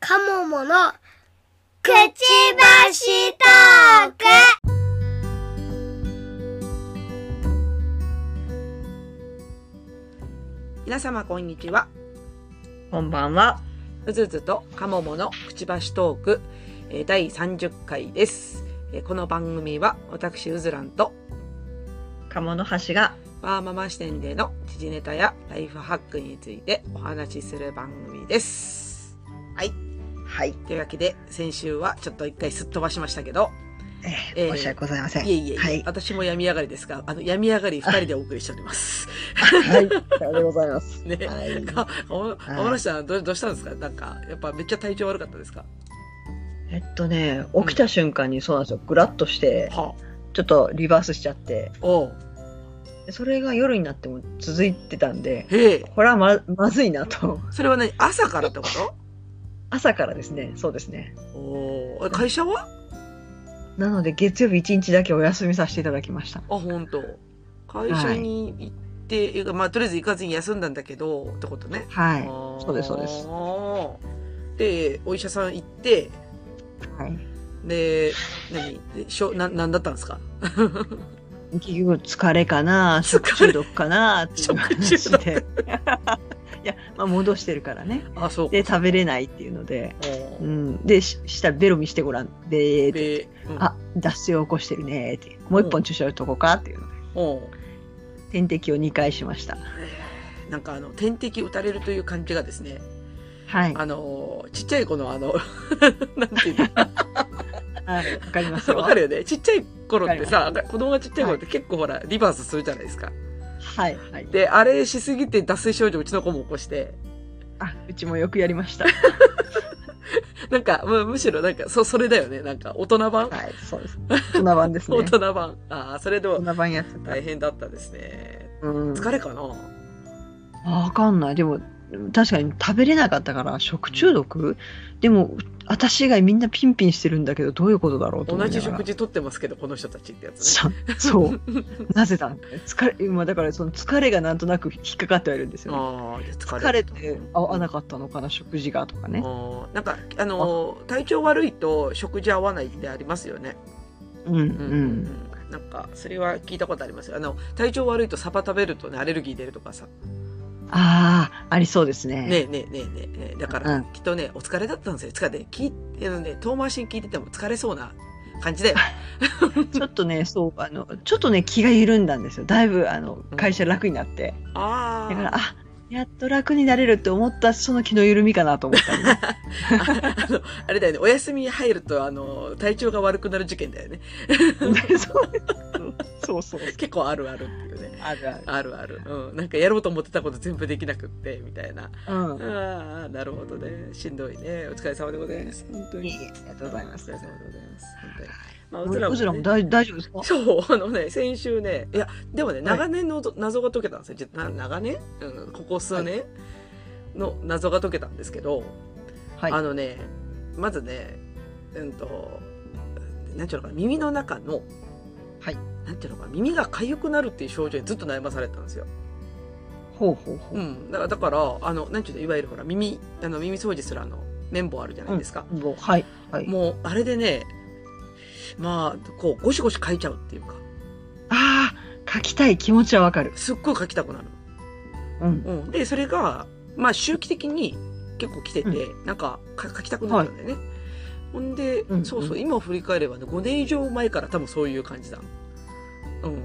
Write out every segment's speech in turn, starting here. カモモのくちばしトーク皆様こんにちは。こんばんは。うずうずとカモモのくちばしトーク、えー第30回です。えーこの番組は私うずらんと鴨の橋がワーママ視点での時事ネタやライフハックについてお話しする番組です。はい。はい、というわけで先週はちょっと一回すっ飛ばしましたけど、えーえー申し訳ございません。いえいえいえ、はい。私も病み上がりですが、あの病み上がり二人でお送りしております。はい、さようでございます。ね。はいか、お、おろさんどうどうしたんですかなんか、やっぱめっちゃ体調悪かったですかえっとね、起きた瞬間にそうなんですよ。ぐらっとして、はちょっとリバースしちゃって、あ、おうでそれが夜になっても続いてたんで、へえ。これはままずいなと。それは何朝からってこ朝からですね、そうですね。とおーえ会社はなので月曜日一日だけお休みさせていただきました。あ、本当。会社に行って、えまあ、とりあえず行かずに休んだんだけど、ってことね。はい。はそそうですそうです。で、お医者さん行って、い。で、何でしょな、なんだったんですか結局疲れかな、疲れ食中毒かなっていう食中話毒で。 いや、まあ戻してるからね。あ、そうか。で、食べれないっていうので。おーうん、でししたらベロ見してごらんでーってで、うん、あ脱水を起こしてるねーってもう一本注射打っとこうかっていうのでおー点滴を2回しましたなんかあの、点滴打たれるという感じがですね、はいあのー、ちっちゃい子のあの、 なんていうのはいわかりますよわかるよね。ちっちゃい頃ってさ、子供がちっちゃい頃って結構ほら、リバースするじゃないですか。はいはいで、あれしすぎて脱水症状うちの子も起こして、あうちもよくやりましたなんか、むむしろなんか、そ、それだよね。なんか、大人版、はいそ うです大人版ですね大人版。ああ、それで大も人版やってた大変だったですね。うん疲れかなわかんないでも確かに食べれなかったから食中毒でも私以外みんなピンピンしてるんだけどどういうことだろうと思同いなじがら食事とってますけど、この人たちってやつね。さそう。なぜだ疲れ、今だからその疲れがなんとなく引っかかってはいるんですよ、ね。ああ、じゃあ疲疲れれたて合わなかったのかな、食事がとかね。あーなんか、あのー、体調悪いと食事合わないってありますよね。うんううんん。なんか、それは聞いたことありますよ。あの、体調悪いとサバ食べるとね、アレルギー出るとかさ。ああ、ありそうですね。ねえねえねえねえねえだから、うんきっとね、お疲れだったんですよ。疲れて、聞いて、あのね、遠回しに聞いてても疲れそうな感じだよ。ちょっとね、そう、あの、ちょっとね、気が緩んだんですよ。だいぶ、あの、会社楽になって。あだから、あ。あ、やっと楽になれるって思った、その気の緩みかなと思ったんで あの、あれだよね、お休みに入ると、あの、体調が悪くなる事件だよね。そうそうそう。結構あるあるっていうね。あるある。あるある。うん。なんかやろうと思ってたこと全部できなくって、みたいな。うん。ああ、なるほどね。しんどいね。お疲れ様でございます。本当いえに。いえありがとうございまおす。疲れ様でございます。本当に。まあ、うずらもうねずらも大大丈夫ですかそう、あのね、先週ね、いや、でもね、い長年のぞ謎が解けたんですよ。じゃな長年、うん、ここ数年の謎が解けたんですけど、はい。あのね、まずね、うんと、なんていうのかな、耳の中の、はい。なんていうのかな、耳が痒くなるっていう症状にずっと悩まされてたんですよ。ほうほうほうう。ん。だから、だからあの、なんていうの、いわゆるほら、耳、あの、耳掃除するあの、綿棒あるじゃないですか。もうはい。はい。もう、あれでね、まあ、こう、ゴシゴシ書いちゃうっていうか、ああ、書きたい気持ちはわかる。すっごい書きたくなる。うん。うん、でそれが、まあ、周期的に結構来てて、なんかか書きたくなったんだよね、ほんで、うんそうそうう今振り返ればね5年以上前から多分そういう感じだ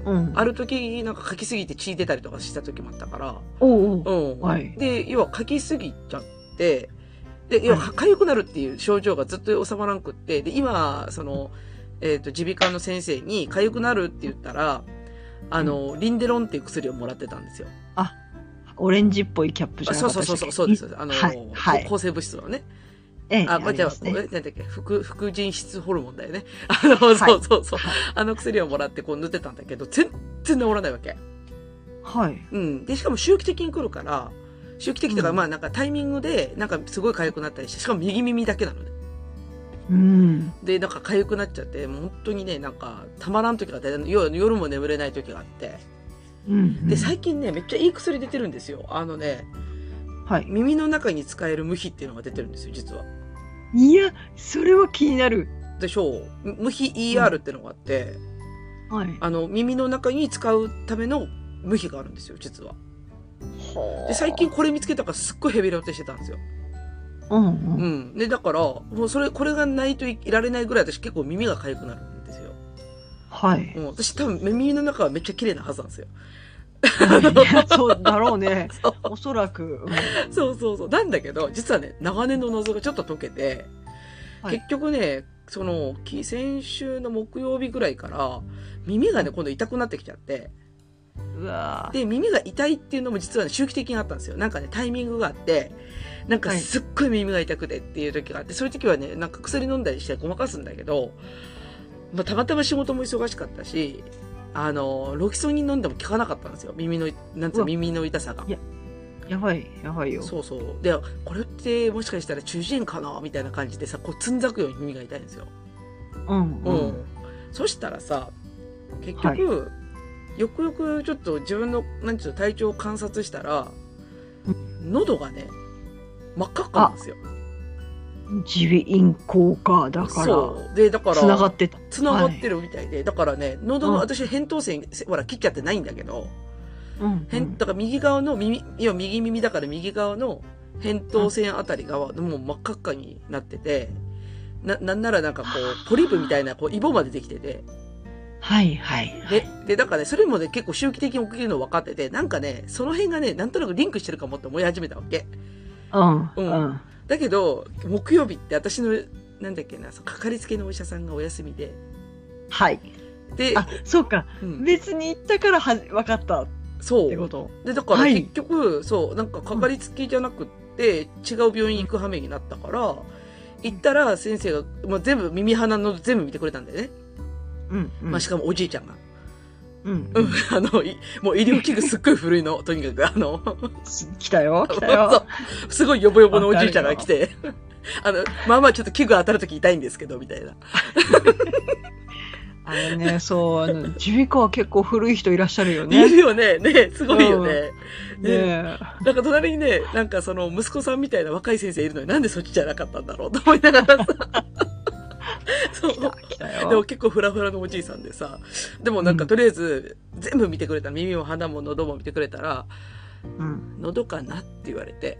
うん、うん。ある。る時なんか書きすぎて血出たりとかした時もあったから、おうおう。うんはいで要は書きすぎちゃってで要ははい痒くなるっていう症状がずっと収まらんくってで今その、えっと耳鼻科の先生に痒くなるって言ったらあの、リンデロンっていう薬をもらってたんですよオレンジっぽいキャップじゃあそなかうったそうでしそうそうそたっけうです。あの、はい。はい。抗生物質のね。ええ、あ、これじゃあ、りますねえなんだっけ、副、副腎質ホルモンだよね。 あの、そうそうそう。あの薬をもらってこう塗ってたんだけど、全然治らないわけ。はい。うん。で、しかも周期的に来るから、周期的とか、うんまあなんかタイミングで、なんかすごい痒くなったりして、しかも右耳だけなのね。うん。で、なんか痒くなっちゃって、もう本当にね、なんかたまらん時があって、夜夜も眠れない時があって。うん。で、最近ね、めっちゃいい薬出てるんですよ。あのね、はい。耳の中に使える無比っていうのが出てるんですよ、実は。いや、それは気になる。でしょうむ無比 ER ってのがあって、はい。あの耳の中に使うための無比があるんですよ実はで最近、これ見つけたからすっごいヘビロテしてたんですようんう。うんんでだからもうそれこれがないといいられないぐらい私結構耳が痒くなるんですよはい。うん、私多分耳の中はめっちゃ綺麗なはずなんですよ。 いやそうだろうね。おそらく。うんそうそうそう。なんだけど、実はね、長年の謎がちょっと解けて、はい結局ね、その、き先週の木曜日ぐらいから、耳がね、今度痛くなってきちゃって、うわで、耳が痛いっていうのも実はね、周期的にあったんですよ。なんかね、タイミングがあって、なんかはいすっごい耳が痛くてっていう時があって、そういう時はね、なんか薬飲んだりしてごまかすんだけど、まあ、たまたま仕事も忙しかったし、あの、ロキソニン飲んでも効かなかったんですよ。耳の、なんつううのわ耳の痛さが。やばい、やばいよ。そうそう。で、これってもしかしたら中耳炎かなみたいな感じでさ、こう、つんざくように耳が痛いんですよ。うんう。うんん。そしたらさ、結局、よくよくちょっと自分の、なんちゅうの、体調を観察したら、喉がね、真っ赤っかなんですよ。耳鼻咽喉か、だから、そう。で、だから、つながってた。繋がってるみたいで、だからね、喉うの、ん私、扁桃腺、せほら、切っちゃってないんだけど、うんうん扁だから右側の耳、いや、右耳だから右側の扁桃腺あたりが、もう真っ赤っかになってて、な、なんならなんかこう、ポリープみたいな、こう、イボまでできてて、はいはい。で、で、だからね、それもね、結構周期的に起きるの分かってて、なんかね、その辺がね、なんとなくリンクしてるかもって思い始めたわけ。うんううんん。だけど、木曜日って私の、なんだっけな、そうかかりつけのお医者さんがお休みで、はい。で、あ、そうか。うん別に行ったからは分かったっそう。てこと。で、だからはい結局、そう、なんかかかりつけじゃなくって、違う病院行く羽目になったから、行ったら先生が、まあ、全部耳鼻の全部見てくれたんだよね。うんうん。まあ、しかもおじいちゃんが。うんうん、あの、いもう医療器具すっごい古いの、とにかく、あの、来た よ、来たよ。すごいヨボヨボのおじいちゃんが来て、あの、まあまあちょっと器具当たるとき痛いんですけど、みたいな。あのね、そう、あの、耳鼻科は結構古い人いらっしゃるよいる ね。よね、ね、すごいよね。ねえなんか隣にね、なんかその息子さんみたいな若い先生いるのになんでそっちじゃなかったんだろうと思いながらさ。そう。来た、来たでもよ。結構フラフラのおじいさんでさ、でもなんかとりあえず全部見てくれた、耳も鼻も喉も見てくれたら、うん。喉かなって言われて、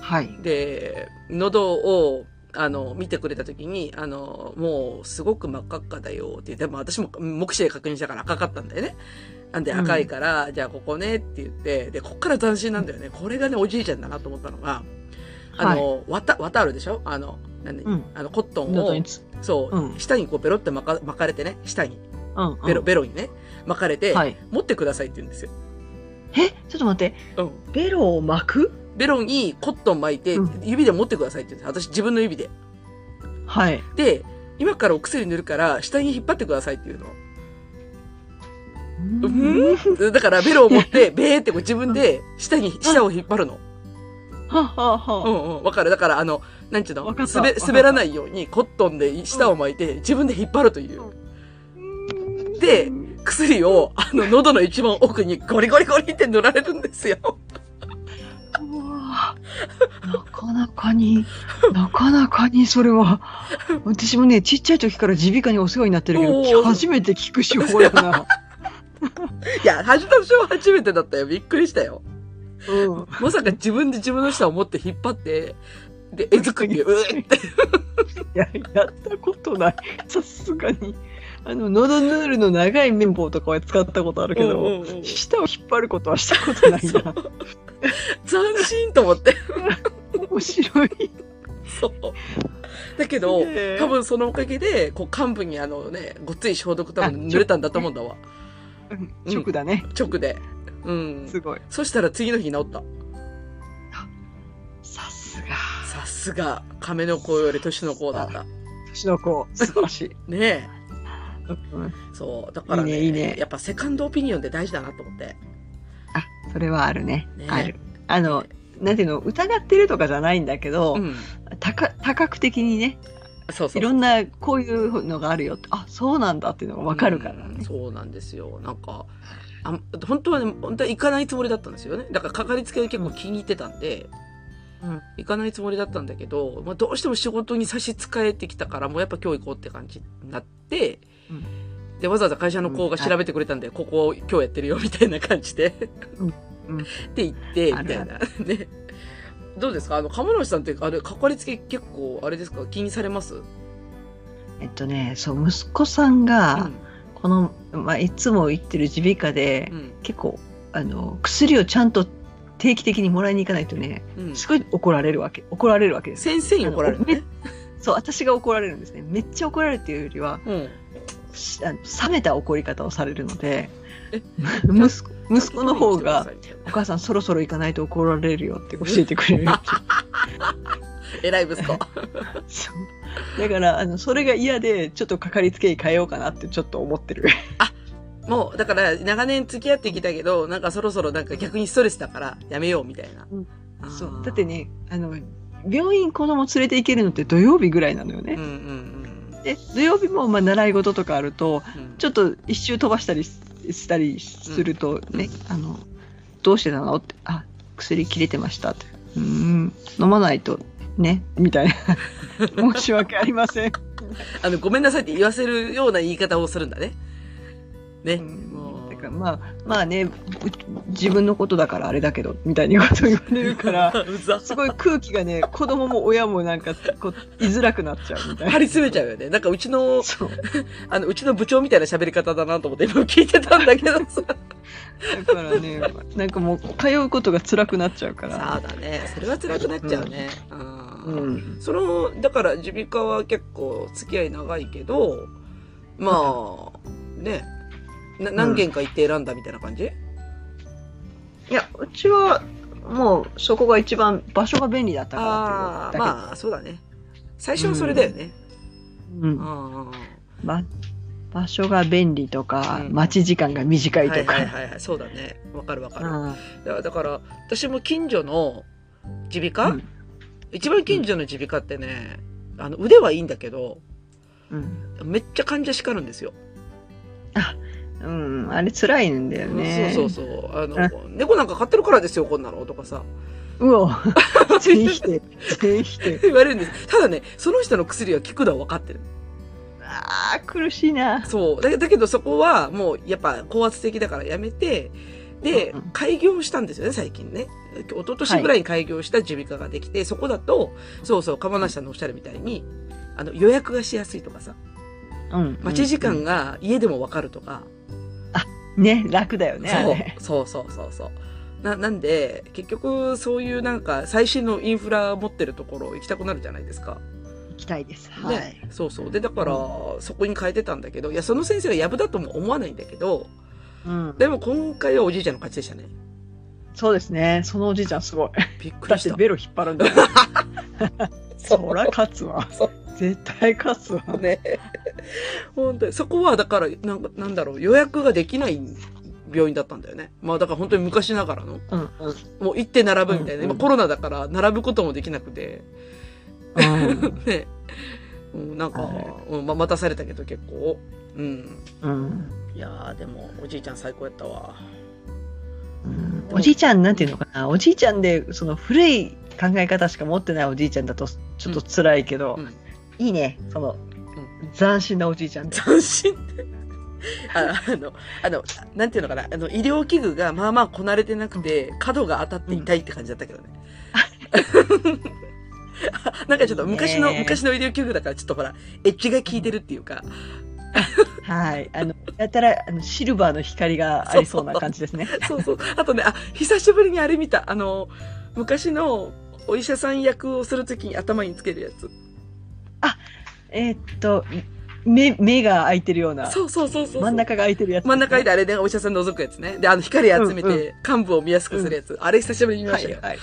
はい。で、喉を、あの、見てくれた時に、あの、もうすごく真っ赤っかだよって言って、まあ私も目視で確認したから赤かったんだよね。なんでうん赤いから、じゃあここねって言って、で、こっから斬新なんだよね。これがね、おじいちゃんだなと思ったのが、あはい。の、綿、綿あるでしょあの、なんで、うんあの、コットン喉をに、つ、そう、うん下にこうベロって巻か巻かれてね、下に、うん、うん。ベロ、ベロにね、巻かれて、はい。持ってくださいって言うんですよ。え、ちょっと待って。うん。ベロを巻くベロにコットン巻いてう、指で持ってくださいって言うんです私自分の指で。はい。で、今からお薬塗るから、下に引っ張ってくださいっていうの。ううんんだから、ベロを持 って、ベーってこう自分で、下に、下を引っ張るの。ははうは。んうん。わかる。だから、あの、なんちゅうのわかった滑わかった滑らないように、コットンで下を巻いて、自分で引っ張るという。で、薬を、あの、喉の一番奥にゴリゴリゴリって塗られるんですよ。うわぁなかなかに、なかなかにそれは、私もね、ちっちゃい時から耳鼻科にお世話になってるけおーど、初めて聞く手法やな。いや、初私は初めてだったよ。びっくりしたよ。うん。まさか自分で自分の下を持って引っ張って、で、えずく に、うーって。いや、やったことない。さすがに。あの、喉ヌールの長い綿棒とかは使ったことあるけど、うんうんうん舌を引っ張ることはしたことないそな。斬新と思って。面白い。そう。だけど すげえ、多分そのおかげで、こう、幹部にあのね、ごっつい消毒多分あ濡れたんだと思うんだわ。うん直だね。直で。うん。すごい。そしたら次の日治った。さすが。さすが、亀の子より年の子だった。年の子、素晴らしい。ねうんえ。そう。だからね、いいねいいねやっぱセカンドオピニオンって大事だなと思って。あ、それはあるね。ねある。あの、なんていうの、疑ってるとかじゃないんだけど、うん。多角多角的にね、そうそう。いろんなこういうのがあるよって、あ、そうなんだっていうのがわかるからうんね。そうなんですよ。なんか、あ本当はね、本当は行かないつもりだったんですよね。だからかかりつけで結構気に入ってたんで、うん行かないつもりだったんだけど、まあ、どうしても仕事に差し支えてきたからもうやっぱ今日行こうって感じになって、うでわざわざ会社の子が調べてくれたんで、ここを今日やってるよみたいな感じで、うん うんって言ってみあたるいあな。 ねどうですかあの鴨之内さんってあれかかりつけ結構あれですか気にされますえっとね、そう、息子さんが、この、まあ、いつも行ってる耳鼻科でう、ん結構、あの、薬をちゃんと定期的にもらいに行かないとね、うんうん、すごい怒られるわけ、怒られるわけです。先生に怒られるね。そう、私が怒られるんですね。めっちゃ怒られるっていうよりは、うんしあの冷めた怒り方をされるのでえ息子息子の方がちょっと注意してくださいみ「お母さんそろそろ行かないと怒られるよ」って教えてくれる たいな偉い息子。そうだからあのそれが嫌でちょっとかかりつけ医変えようかなってちょっと思ってるもう、だから、長年付き合ってきたけど、なんかそろそろなんか逆にストレスだから、やめようみたいな。うんあーそうだって。ねあの病院子供連れて行けるのって土曜日ぐらいなのようねんう、んうんで土曜日もまあ習い事とかあるとうん。ちょっと一周飛ばしたりししたりするとね、あのどうしてなのってあ薬切れてましたってうーん飲まないとね みたいな申し訳ありませんあの、ごめんなさいって言わせるような言い方をするんだね。ね。もうだからまあまあねう自分のことだからあれだけどみたいなこと言われるか らうざ。すごい空気がね子供も親もなんかこう居づらくなっちゃうみたい張な。り詰めちゃうよね。なんかうちの、そうあの、うちの部長みたいな喋り方だなと思って今聞いてたんだけどさ。だからねなんかもう通うことが辛くなっちゃうから、そうだね。それは辛くなっちゃうね。う。うんん、その、だから、耳鼻科は結構付き合い長いけど、まあ、ね。な何軒か行って選んだみたいな感じ、いや、うちは、もう、そこが一番、場所が便利だったからああ、っていうだけ。まあ、そうだね。最初はそれだよね。うんあば場所が便利とか、うん待ち時間が短あ。いはいとか。はいはいはい。そうだね。わかるわかる。うんだからだから、私も近所の耳鼻科、うん一番近所の耳鼻科ってね、あの、腕はいいんだけど、 うんめっちゃ患者叱るんですよ。うん、あれ辛いんだよね。そうそうそう。あの、猫なんか飼ってるからですよ、こんなの、とかさ。う わ、全否定、全否定。言われるんです。ただね、その人の薬は効くのは分かってる。ああ、苦しいな。そう。だだけどそこはもうやっぱ高圧的だからやめて、でうんうん、開業したんですよね、最近ね。一昨年ぐらいに開業した耳鼻科ができて、そこだと、そうそう、釜梨さんのおっしゃるみたいに、あの、予約がしやすいとかさ、うん。待ち時う間んが家でも分かるとか、ね、楽だよね、あれ。そうそうそうそうそう。な、なんで、結局そういうなんか最新のインフラ持ってるところ行きたくなるじゃないですか。行きたいです。はねい。そうそう。で、だから、そこに変えてたんだけど、いや、その先生がやぶだとも思わないんだけど、うん。でも今回はおじいちゃんの勝ちでしたね。そうですね。そのおじいちゃんすごい。 びっくだりしってた。ベロ引っ張る んだもんそら勝つわそう。絶対勝つわ。ね。 本当に。そこは、だから、なんか、なんだろう、予約ができない病院だったんだよね。まあ、だから本当に昔ながらの。うんうん。もう行って並ぶみたいな。うんうん今コロナだから、並ぶこともできなくて。 うんね。うん、なんかはい、うん、ま、待たされたけど結構。うん。うんいやー、でも、おじいちゃん最高やったわ。うんおじいちゃんなんていうのかなおじいちゃんでその古い考え方しか持ってないおじいちゃんだとちょっと辛いけど、うんいいねその、斬新なおじいちゃん斬新って。ああの、あの、なんていうのかな、あの、医療器具がまあまあこなれてなくて、角が当たって痛いって感じだったけどね。なんかちょっと昔の、いいね昔の医療器具だから、ちょっとほら、エッジが効いてるっていうか、はいあのやたらあのシルバーの光がありそうな感じですねそうそう。あとね、あ、久しぶりにあれ見た、あの、昔のお医者さん役をするときに頭につけるやつ。えーっと目目が開いてるようなそうそうそうそう。真ん中が開いてるやつ、真ん中にいてあれで、お医者さん覗くやつね。で、あの、光集めうんて、幹部を見やすくするやつ。あれ久しぶりに見まはしたよ い。はい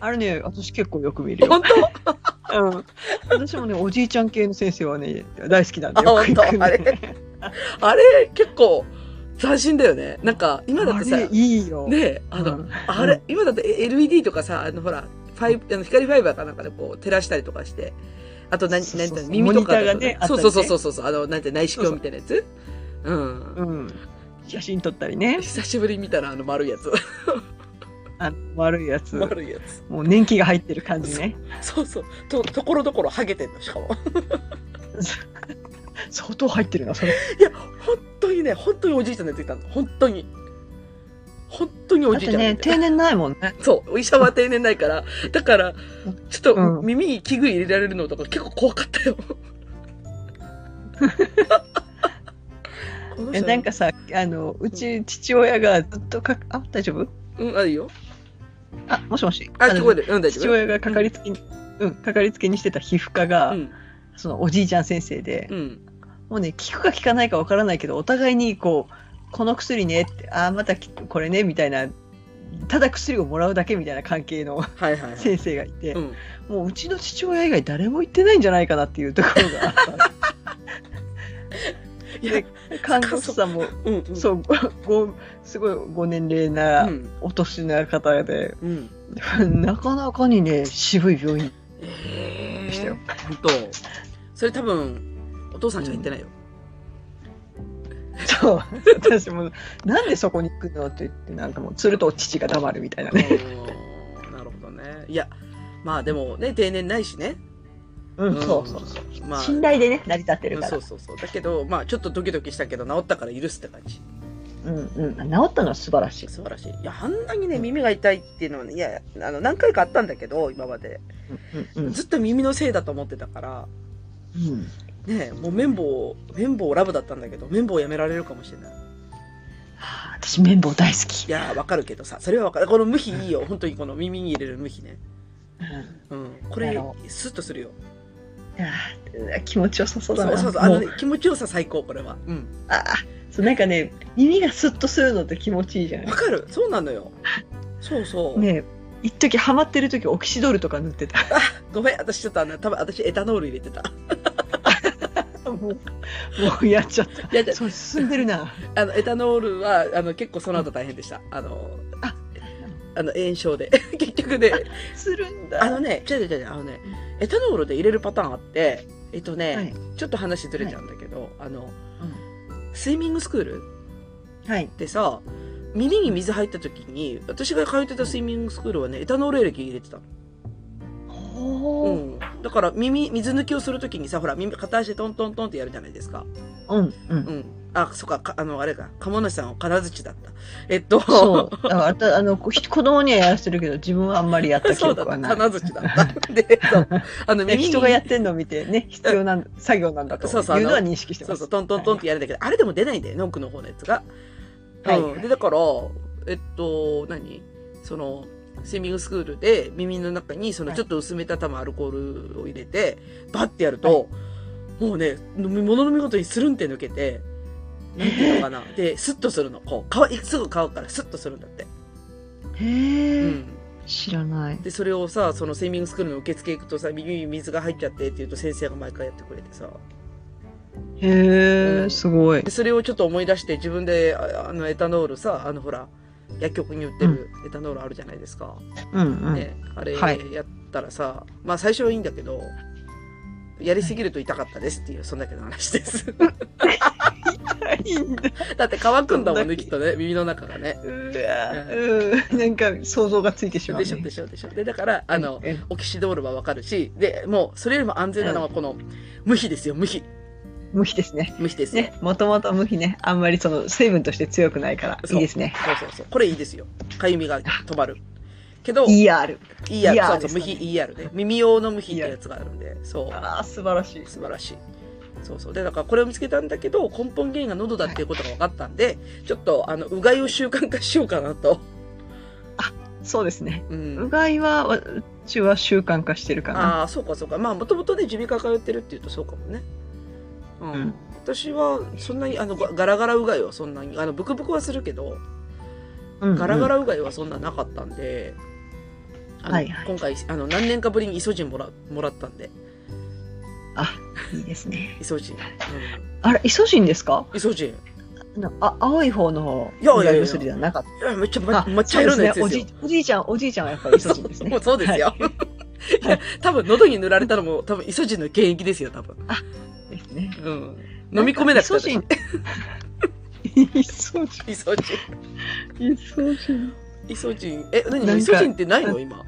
あれね私結構よく見るよ本当うん、私もねおじいちゃん系の先生はね大好きなんあ、でよ本く行くん当あで れ。あれ、結構、斬新だよね。なんか、今だってさあ、れいいよ、ねえあの、うんあれ、今だって LED とかさ、あの、ほら、ファイブ、あの、光ファイバーかなんかでこう、照らしたりとかして、あと、なん、そうなそんうそうて耳とかモニターがで、ねあったそうりそうねそうそうそうそう、あの、なんて内視鏡みたいなやつうん。うん、写真撮ったりね久しぶりに見たら、あの、丸いやつ。あの悪いやつ悪いやつ。もう年季が入ってる感じねそうそう。と、ところどころハゲてんの、しかも。相当入ってるなそれいや、本当にね、本当におじいちゃん出てきたの。本当に。本当におだっじいちてゃん出ねてきた定年ないもんねそう、お医者は定年ないから。だから、ちょっとうん耳に器具入れられるのとか結構怖かったよ。この え人なんか、さあのうち父親がずっとかあ大丈夫うん、あるよ。あもしもしあ、の聞こえる。うん、大丈夫。父親がかかりつけに、うん、かかりつけにしてた皮膚科が、うん、そのおじいちゃん先生で、うん。もうね効くか効かないかわからないけどお互いにこうこの薬ねってああまたきこれねみたいなただ薬をもらうだけみたいな関係のはいはい、はい。先生がいて、うん。もううちの父親以外誰も行ってないんじゃないかなっていうところがあったいや、 看護師さんもうん、うん。そうごすごいご年齢な、うん。お年の方でうん。 なかなかにね渋い病院 えでしたよ。本当。それ多分、お父さんじゃ行ってないよ。そう私もなんでそこに行くのって言ってなんかもうすると父が黙るみたいなね、うんなるほどね。いや、まあでもね、定年ないしね。うんうんそうそうそうまあ、信頼でね成り立ってうるんからそうそうそう。だけど、まあちょっとドキドキしたけど、治ったから許すって感じ。うんうん、治ったのは素晴らしい。素晴らしい。いや、あんなにね、耳が痛いっていうのはね、いや、あの、何回かあったんだけど、今まで。うんうんずっと耳のせいだと思ってたから、うん、ねえ、もう綿棒、綿棒ラブだったんだけど、綿棒やめられるかもしれない。はあ私綿棒大好いき。やー、わかるけどさ、それはわかる。この無比いい よ。本当にこの耳に入れる無比ね。うんうん。これなるほ、スッとするよ。あー気持ちよさそそううだな。そうそう。あものうね、気持ちよさ最高、これは。うん。あーそうなんかね耳がスッとするのって気持ちいいじゃわなかる。そうなの よ。そうそう。い。ねえ一時ハマってる時オキシドールとか 塗ってた。ごめん、私ちょっとあの、多分私エタノール入れてた。 もうもうやっちゃった。いやいやそれ進んで るな。あの、エタノールは、あの、結構その後大変でした。あの、ああの、炎症で。 結局ね、するんだ。あのね、違う違う違う、あのね、エタノールで入れるパターンあって、えっとね、はいちょっと話ずれちゃうんだけど、あの、スイミングスクールはいってさ、耳に水入った時に、私が通ってたスイミングスクールはね、エタノール液入れてたの。うほーん。だから耳、水抜きをするときにさ、ほら、耳、片足でトントントンってやるじゃないですか。うんううん。ん。あ、そっか、かあの、あれか、鴨梨さんは金槌だった。えっと、そう。だからあたあのこ子供にはやらせてるけど自分はあんまりやった記そうだ憶ったはない。金槌だった。 で、そうあの、ね耳に人がやってんのを見てね必要な作業なんだとそうそうあいのうのは認識してそまうす。そう、トントントンってやるんだけど、あれでも出ないんだよね、奥の方のやつが。はいうんで、だから、えっと、何その、スイミングスクールで耳の中に、そのはいちょっと薄めた多分アルコールを入れて、バッてやると、もうね、飲み物の見事にスルンって抜けて、なんていうのかな。で、スッとするの。こう、乾い、すぐ乾くからスッとするんだって。うへえ、ん。知らない。でそれをさそのスイミングスクールの受付行くとさ耳に水が入っちゃってって言うと先生が毎回やってくれてさへうえ、んすごいで。それをちょっと思い出して自分でああのエタノールさあのほら薬局に売ってるエタノールあるじゃないですか、うんうん。ね、あれはいやったらさ、まあ最初はいいんだけどやりすぎると痛かったですっていうそんだけの話です いいんだ。だって乾くんだもんそんだねけきっとね耳の中がね うわうん。なんか想像がついてしまでう、ね。しょでしょでしょでだからあの、うんオキシドールはわかるしでもうそれよりも安全なのはこの無比ですよ無比無比ですね。無比ですよ、ね、もともと無比ね、あんまりその成分として強くないからそういいですね。そうそうそう。これいいですよ。かゆみが止まる。けど、 ER。 ER、 ER そうですそう、か無ね比 ER ね。耳用の無比ってやつがあるんで、そう。ああ、素晴らしい。素晴らしい。そうそう。で、だからこれを見つけたんだけど、根本原因が喉だっていうことが分かったんで、ちょっと、あの、うがいを習慣化しようかなと。そうですね。う。うんがいは、わうちは習慣化してるかな。ああ、そうかそうか。まあ、もともとね、耳鼻科通ってるっていうとそうかもね。うん。うん私は、そんなに、あの、ガガラガラうがいはそんなに、あの、ブクブクはするけど、うんうんガラガラうがいはそんななかったんで、あのはいはい今回あの何年かぶりにイソジンもらもらったんであ、いいですね。イソジン、あれ、イソジンですかうん、イソジンいあのあ青い方のいやいやいやうがい薬ではなかった。やめっちゃ、あま、抹茶色のやつそでうすすよね、おじいおじいちゃんおじいちゃん はやっぱりイソジンですねもうそうですよ、、はいや多分喉に塗られたのも多分イソジンの原液ですよ多分、いですねうん、飲み込めなくてイソジンイソジイソジンイソジンンイソジンえ何なんかイソジンってないの今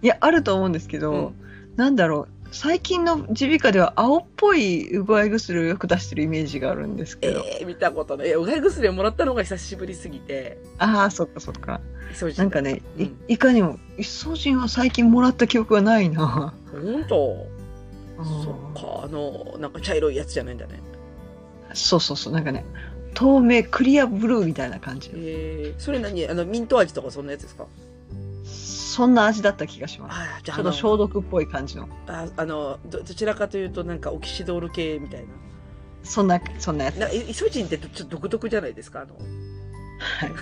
いやあると思うんですけど、なんだろう最近の耳鼻科では青っぽいうがい薬をよく出してるイメージがあるんですけど、えー、見たことないえうがい薬をもらったのが久しぶりすぎてああそっかそっかイソジンなんかね、ういん、いかにもイソジンは最近もらった記憶がないな本当そうんっかあのなんか茶色いやつじゃないんだねそうそうそうなんかね透明クリアブルーみたいな感じえー、それ何あのミント味とかそんなやつですかそんな味だった気がしますあーじゃああちょっとの消毒っぽい感じのああのどどちらかというとなんかオキシドール系みたいなそんなそんな やつなんかイイソジンってちょっと独特じゃないですかあのはい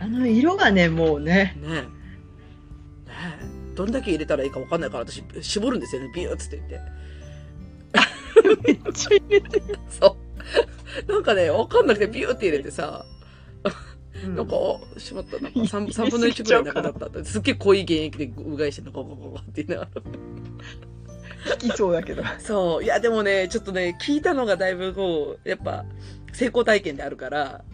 あの色がねもうねねえねえどんだけ入れたらいいかわかんないから私絞るんですよねビューッつって言ってめっちゃ入れてそうなんかねわかんなくてビューって入れてさるなんかあしまったなんか 3, 入れ分のすぎ1くちゃらいうなかくななったってすっげえ濃い原液でうがいしてんのゴゴゴゴって言いなが聞きそうだけどらそういやでもねちょっとね聞いたのがだいぶこうやっぱ成功体験であるから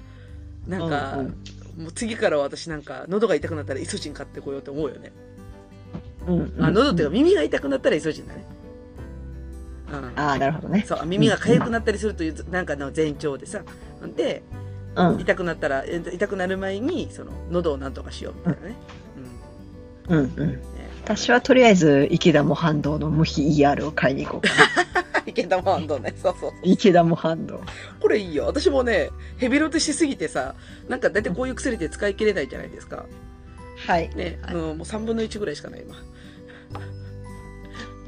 なんか、うんもう次からは私なんか喉が痛くなったらイソジン買ってこようと思うよね、うんあ喉っていうか耳が痛くなったらイソジンだねうんああなるほどねそうあ耳が痒くなったりするというなんかの前兆でさでうん痛くなったらえ痛くなる前にその喉をなんとかしようみたいなね,、 うんうんうん、ね私はとりあえず池田模範堂の無比 ER を買いに行こうかな池田もあんどねそうそう池田模範堂これいいよ私もねヘビロテしすぎてさなんか大体こういう薬で使い切れないじゃないですかはいねあのもう3分の1ぐらいしかない今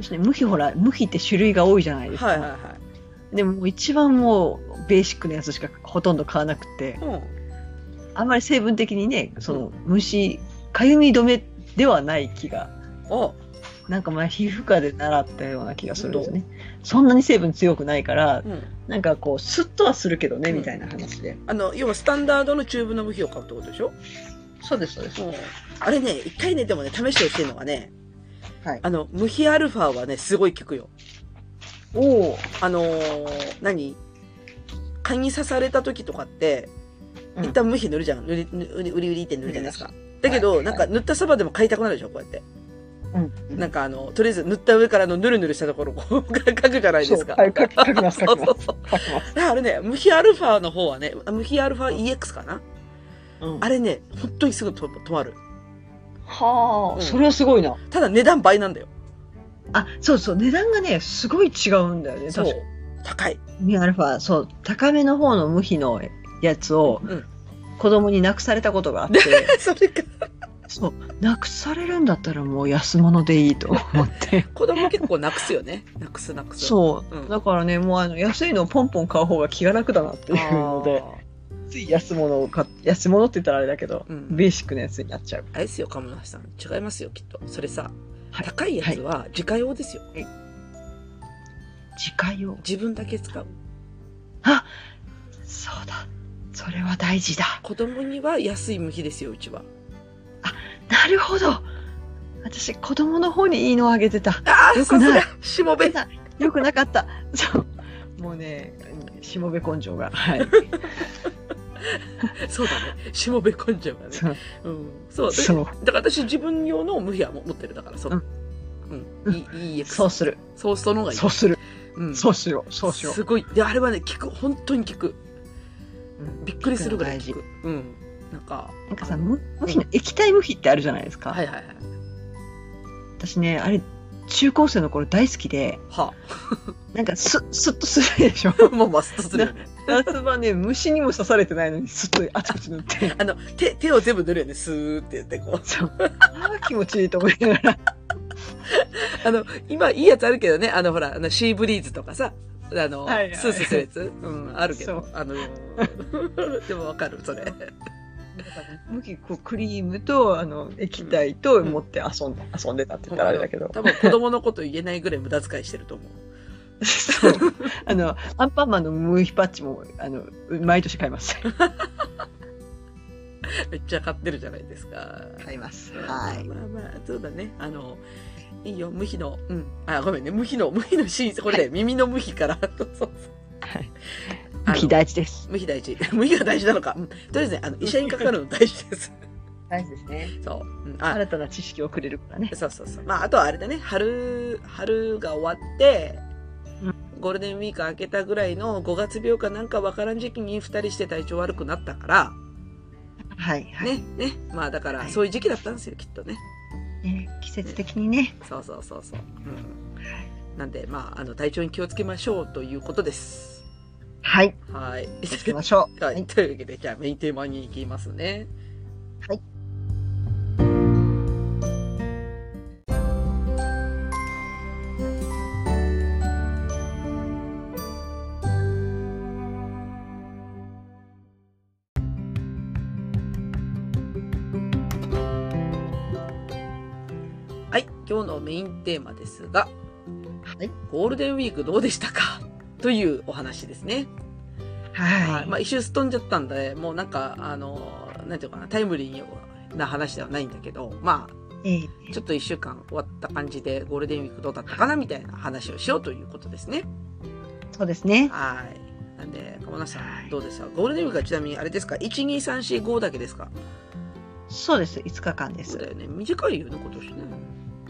私ね無比ほら無比って種類が多いじゃないですか、はいはいはでももう一番もうベーシックなやつしかほとんど買わなくてい、うん、あんまり成分的にねその虫かゆみ止めではない気があなんか前皮膚科で習ったような気がするんですねそんなに成分強くないかうらんなんかこうスッとはするけどね、うんみたいな話であの要はスタンダードのチューブの部品を買うってことでしょそうですそうですあれね一回ねでもね試してほしいのがねはいあの無比アルファはねすごい効くよおおあのー何蚊に刺された時とかって、うん一旦無比塗るじゃん。塗り、塗り、うりうりって塗るじゃないですか。だけど、はいなんか塗ったそばでも買いたくなるでしょ、こうやって。うんなんかあの、とりあえず塗った上からのぬるぬるしたところをこう、 書くじゃないでそうすか。はい書き書きますそう書きそまう そう。す書きますあれね、無比アルファの方はね、あ無比アルファ EX かな、うんあれね、本当にすぐと止まる。はあ、うんそれはすごいなただ値段倍なんだよ。あそうそう値段がねすごい違うんだよねそ確うか。高い。ミアルファそう高めの方の無比のやつをうん子供になくされたことがあ って、それか、そうなくされるんだったらもう安物でいいと 思って子供結構なくすよね。なくすなくす。う。そう、んだからねもうあの安いのをポンポン買う方が気が楽だな っていうのでつい安物を買っ安物って言ったらあれだけど、うんベーシックなやつになっちゃうあれですよ、鴨梨さん。違いますよ、きっと。それさ、はい高いやつは自家用ですよ。自家用自分だけ使う。そうだそれは大事だ子供には安い向きですよ、うちは。なるほど私子供の方にいいのをあげてたああ、よさくないすが、しもべ。だよくなかった。そう。もうね、しもべ根性が。 はい。そうだね。 しもべ根性がね。そう。うん。そう。でそうだから私自分用の無比は持ってるだから、そう。う。うんんいい、いいやつ。そうする。そう、その方がいい。そうする。うん。そうしよう。そうしよすごい。で、あれはね、効く。本当に効く。う。びっくりするぐらい大効事く。うん。なんか、なんかあさ、の無無比の液体無比ってあるじゃないですか。はいはいはい。私ね、あれ、中高生の頃大好きで、はなんかスッ、スッとするでしょ。あ。 もうマストするよね。 夏場ね、虫にも刺されてないのに、スッとあちこち塗 って。あの、手、手を全部塗るよね。スーってやって、こう。そう。ああ、気持ちいいと思いなが ら。あの、今いいやつあるけどね、あの、ほら、あの、シーブリーズとかさ、あの、はいはいスースーするやつ、うん、あるけどそ、 あの、でもわかる、それ。無比、こう、クリームと、あの、液体と持って遊んで、遊んでたって言ったらあれだけど。多分子供のこと言えないぐらい無駄遣いしてると思う。そう あの、アンパンマンのムーヒパッチも、あの、毎年買います。めっちゃ買ってるじゃないですか。い ますまあまあ、そうだね。あの、いいよ、無比の、うん。あ、ごめんね、無比の、無比のシーン、これね、耳の無比から、 そうそうそう。はいあの無比大事です。無比大事。無比が大事なのか。うんとりあえずね、あの、医者にかかるの大事です。大事ですね。そう。うんあ、新たな知識をくれるからね。そうそうそう。まあ、あとはあれだね、春、春が終わってう、ゴールデンウィーク明けたぐらいの5月病かなんかわからん時期に2人して体調悪くなったから、はい、はい。ね、ね。まあだかはら、いそういう時期だったんですよ、きっとね。ね季節的にね。そうそうそうそう。うん。なんで、まあ、あの、体調に気をつけましょうということです。はい。はい。行きましょう。はい、というわけで、じゃあメインテーマに行きますね。はい。はい、今日のメインテーマですが、はい。ゴールデンウィークどうでしたかというお話ですね。はい。まあ一周すっ飛んじゃったんで、もうなんか、あの、なんていうかな、タイムリーな話ではないんだけど、まあ、えーちょっと一週間終わった感じで、ゴールデンウィークどうだったかなみたいな話をしようということですね。そうですね。はい。なんで、鴨田さはん、いどうですかゴールデンウィークはちなみにあれですか ?1、2、3、4、5だけですかそうです。5日間でそうだす。よね。短いよね、今年ね。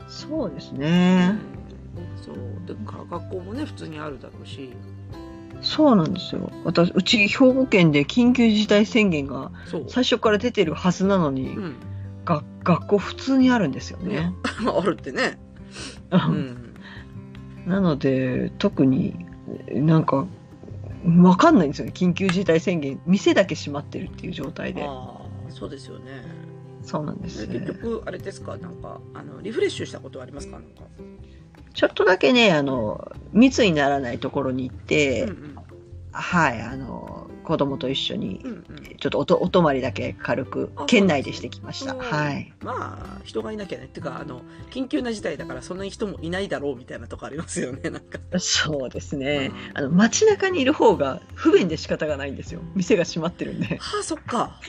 そうですね。そう。で、か学校もね、普通にあるだろうし。そうなんですよ。私、うち兵庫県で緊急事態宣言がそう。最初から出てるはずなのに、うん。 が学校普通にあるんですよねね。まあ、あるってね。うん。なので特になんかわかんないんですよね緊急事態宣言店だけ閉まってるっていう状態でああ、そうですよね。そうなんですで結局、あれですかなんか、あの、リフレッシュしたことはありますかなんか。ちょっとだけねあの密にならないところに行って、うんうん。はいあの子供と一緒にうんうん。ちょっとおとお泊まりだけ軽くあ県内でしてきましたうんはいまあ、人がいなきゃね。ってか、あの、緊急な事態だから、そんなに人もいないだろうみたいなとこありますよね。なん か。そうですえねあの街中にいる方が不便で仕方がないんですよ店が閉まってるんではあ、そっか。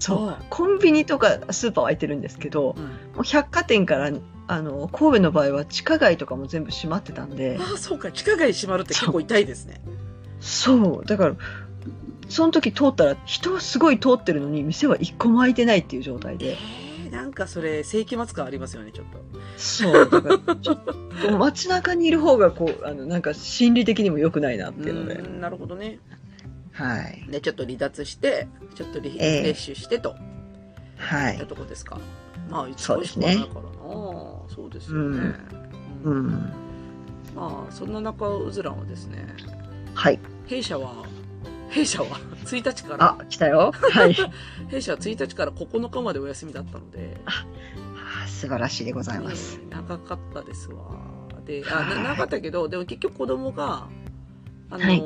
そう コンビニとかスーパーは開いてるんですけど、うん。もう百貨店からあの神戸の場合は地下街とかも全部閉まってたんでああ、そうか。地下街閉まるって結構痛いですね。そうだからその時通ったら人はすごい通ってるのに店は一個も開いてないっていう状態でえーなんかそれ、世紀末感ありますよね、ちょっと。そうだからちょっと街中にいる方がこうあのなんか心理的にも良くないなっていうので、うんなるほどね。はいで、ちょっと離脱して、ちょっとリフええレッシュしてと、はいったいとこですか。まあ、いつそうもでしすかなねいからな。そうですよね。ううんんまあ、そんな中、うずらんはですね、はい弊社は、 弊社は1日からあ、来たよはい弊社は1日から9日までお休みだったので、あ 素晴らしいでございますね長かったですわ。で、あ、な長かったけど、でも結局子供が、あのはい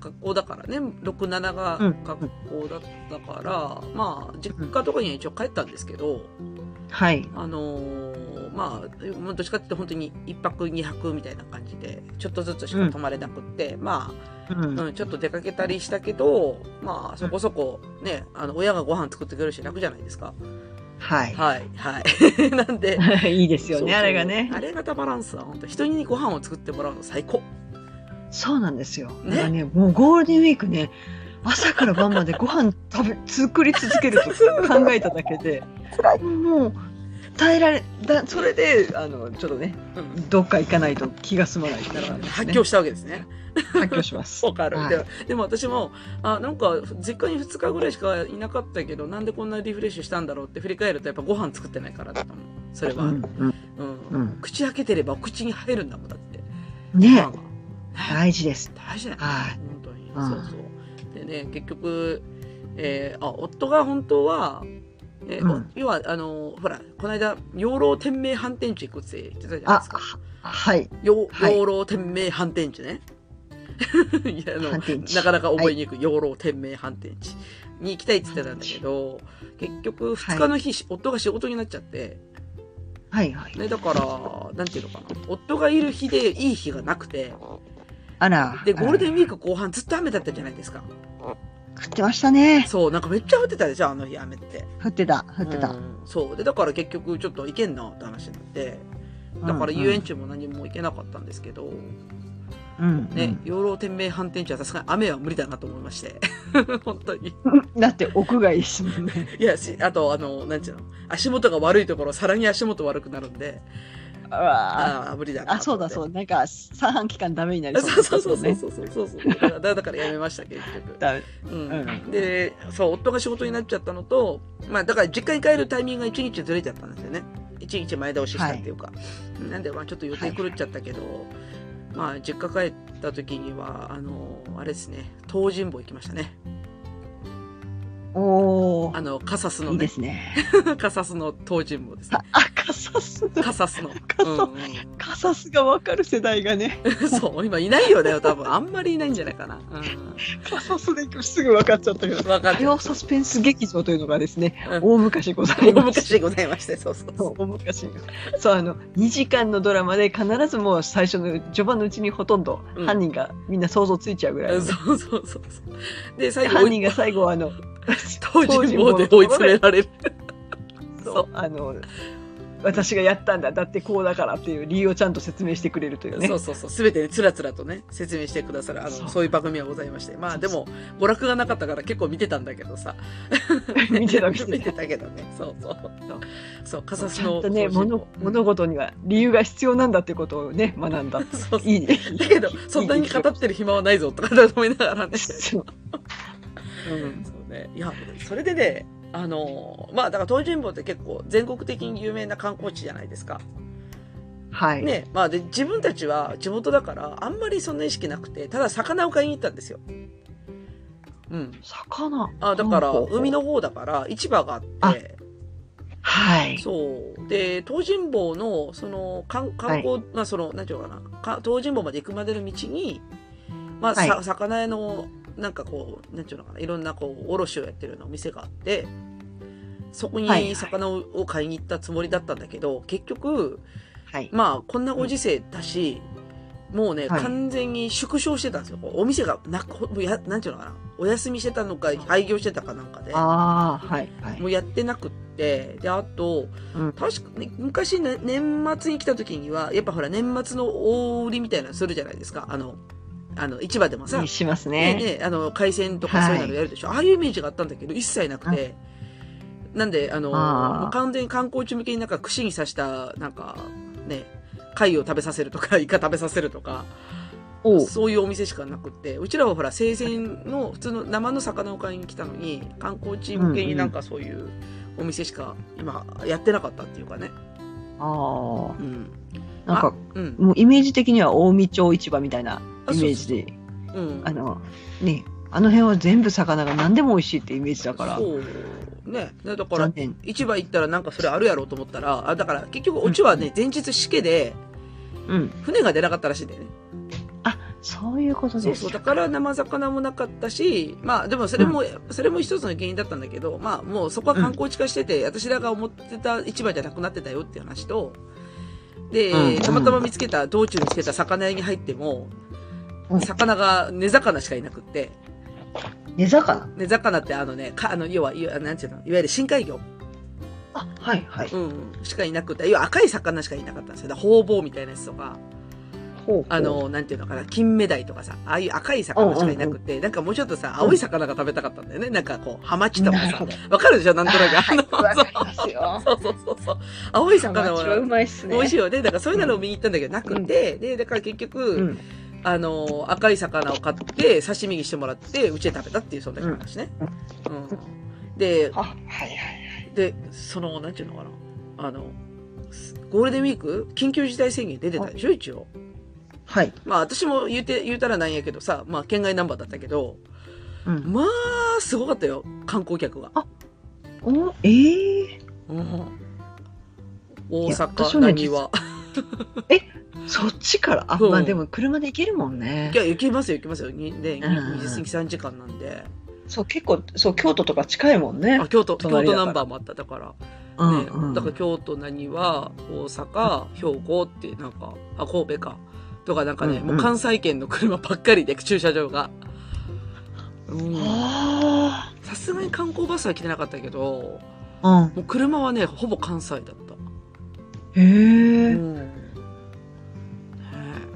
学校だからね、6、7がうん学校だったから、まあ、実家とかには一応帰ったんですけど、はいあのーまあ、もうどっちかっていうと本当に1泊2泊みたいな感じで、ちょっとずつしか泊まれなくって、まあ、うんうん、ちょっと出かけたりしたけど、まあ、そこそこね、あの、親がご飯作ってくれるし楽じゃないですか。はいはい、はい。 なんで、 いいですよそうねそうあれがねあれがたバランスだ、本当人にご飯を作ってもらうの最高。そうなんですよ。ねだからね、もうゴールデンウィークね、朝から晩までご飯食べ作り続ける と考えただけで、もう耐えられだそれであのちょっとね、うん。どっか行かないと気が済まないってなるいうほのどがね。あ発りま狂すねしたわけですね。発狂します。わかる。はいででも私も、あ、なんか、実家に2日ぐらいしかいなかったけど、なんでこんなリフレッシュしたんだろうって振り返ると、やっぱご飯作ってないからだと思う。それうは。うんん。うんうん口開けてればお口に入るんだもん、だって。うん、ねご飯が大事です。大事だよね、はい本当に、うんそうそうでね結局、えーあ夫が本当は、えーおうん要はあのほらこの間養老天明反転地行くって言ってたじゃないあですかはい養はい養老天明反転地ね いやあの反転地なかなか覚えにくい、養老天明反転地に行きたいって言ってたんだけど結局はい2日の日、し夫が仕事になっちゃって、はいはい。ね、だからなんていうのかな夫がいる日でいい日がなくてあらでゴールデンウィークク後半ずっと雨だったじゃないですか。降ってましたね。そう、なんかめっちゃ降ってたでしょ、あの日雨って。降ってた降ってた。うんそう。で、だから結局ちょっと行けんなって話になって、だからうん遊園地も何も行けなかったんですけど、うんね、養老天命反転地はさすがに雨は無理だなと思いまして。 本当に。うんだって屋外ですもんね。いや、し、あと、あの、なんちゅうの、足元が悪いところ、さらに足元悪くなるんで、あ ああ、無理だな。あ、そうだそうう、なんか三半期間ダメにな りそうう。そうそうそうね。そうそうそうそう。だからだからやめました、結局。だうん、うんでそう夫が仕事になっちゃったのと、まあ、だから実家に帰るタイミングが1日ずれちゃったんですよね1日前倒ししたっていうか、なんでまあちょっと予定狂っちゃったけど、まあ実家帰った時にはあのあれですね東尋坊行きましたねおおあ、のカサスのいいねですね。 カサスの東尋坊ですねあ、あカサスだカサスの、 カうサんうんカサスがわかる世代がね、うん、 そう今いないよね多分あんまりいないんじゃないかな、 うカサスですぐ分かっちゃったけどん、。分か火る曜サスペンス劇場というのがですね、うん大昔ござ大いまし昔でございましてそうそうた。そう大昔そうあの2時間のドラマで必ずもう最初の序盤のうちにほとんどうん犯人がみんな想像ついちゃうぐらいの、そうそうそうそうで最で後犯人が最後あの 当時もで追い詰められる。そうあの私がやったんだだってこうだからっていう理由をちゃんと説明してくれるというねそうそうそう。すべてね、つらつらとね、説明してくださる、あの、そそうういう番組はございまして。まあそうでそも、娯楽がなかったから結構見てたんだけどさ。見てた見見ててたけどね。そうそうそう。そう、カたサスちゃんの。とねそう物物事には理由が必要なんだってことをね学んだそうそういいねだけど、そんなに語ってる暇はないぞとか思いながらね。 そううんそうね。いや、それでね、あのーまあだから東尋坊って結構全国的に有名な観光地じゃないですか。はい、ね、まあで、自分たちは地元だから、あんまりそんな意識なくて、ただ魚を買いに行ったんですよ。うん。魚あ、だから、ほうほうほう海の方だから、市場がああって、はいそう。で、東尋坊の、その、観観光、まあ、その、なんていうのかな、か東尋坊まで行くまでの道に、まあ、さは魚屋の、なんかこう、なんていうのかな、いろんな、こう、卸をやってるようなお店があって、そこはいはいに魚をを買いに行ったつもりだったんだけど、結局、はいまあ、こんなご時世だし、もうね、はい完全に縮小してたんですよ。こうお店がなく、ほもうやなんていうのかな、お休みしてたのか、廃業してたかなんかで。ああはいはいもうやってなくって、で、あと、うん確か、ね、昔、ね、年末に来た時には、やっぱほら、年末の大売りみたいなのするじゃないですか。あの、あの、市場でもさ、しますねねね、あの、海鮮とかそういうのやるでしょ。ああいうイメージがあったんだけど、一切なくて。なんで、あの、あーもう完全に観光地向けになんか串に刺した、なんか、ね、貝を食べさせるとか、イカ 食べさせるとか、おうそういうお店しかなくって、うちらはほら、生鮮の普通の生の魚を買いに来たのに、観光地向けになんかそういうお店しか今やってなかったっていうかね。あうん。あなんかうん。もうイメージ的には近江町市場みたいなイメあそうージでうん。あのねあの辺は全部魚が何でも美味しいってイメージだからそう。ね。ねだから残、念市場行ったらなんかそれあるやろうと思ったら、あだから結局オチはね、前日しけで、うん船が出なかったらしいんだよね。そういうことそでうすそう。だから生魚もなかったし、まあでもそれも、それも一つの原因だったんだけど、まあもうそこは観光地化してて、私らが思ってた市場じゃなくなってたよっていう話と、で、うんたまたま見つけた、道中につけた魚屋に入ってもうん、魚が根魚しかいなくって、根魚根魚ってあのね、かあの、要は、いわなんていうの、いわゆる深海魚。あはいはいうん、しかいなくて、要は赤い魚しかいなかったんですよ。だからホウボウみたいなやつとか、ほうあの、なんていうのかな、金目鯛とかさ、ああいう赤い魚しかいなくて、なんかもうちょっとさ、青い魚が食べたかったんだよね。なんかこう、ハマチとかなるさほ、どわかるでしょなんとなく。あのわかりますよそうそうそうそう。青い魚ハマチはうは、まいっすね美味しいよね。だからそういうのを見に行ったんだけど、なくて、で、だから結局、うんあの、赤い魚を買って、刺身にしてもらって、うちで食べたっていう、そんだけの話ね。うん。で、あはいはいで、その、なんていうのかな。あの、ゴールデンウィーク緊急事態宣言出てたでしょ一応。はいまあ私も言うて、言うたらなんやけどさ、まあ県外ナンバーだったけど、うんまあ、すごかったよ、観光客が。おええうん大いや阪、私はねなにわ。そっちからあそうまあでも車で行けるもんねいや、行きますよ、行きますよ。にね、うんうんうん20、3時間なんで。そう結構そう京都とか近いもんねあ、京都、京隣だ都からナンバーもあった。だから、うんね、うんだから京都、なにわ、大阪、兵庫って、なんか、あ、神戸か。とか、なんかね、うんうんもう関西圏の車ばっかりで、駐車場が。うんあさすがに観光バスは来てなかったけど、あうんもう車はね、ほぼ関西だった。へえうんね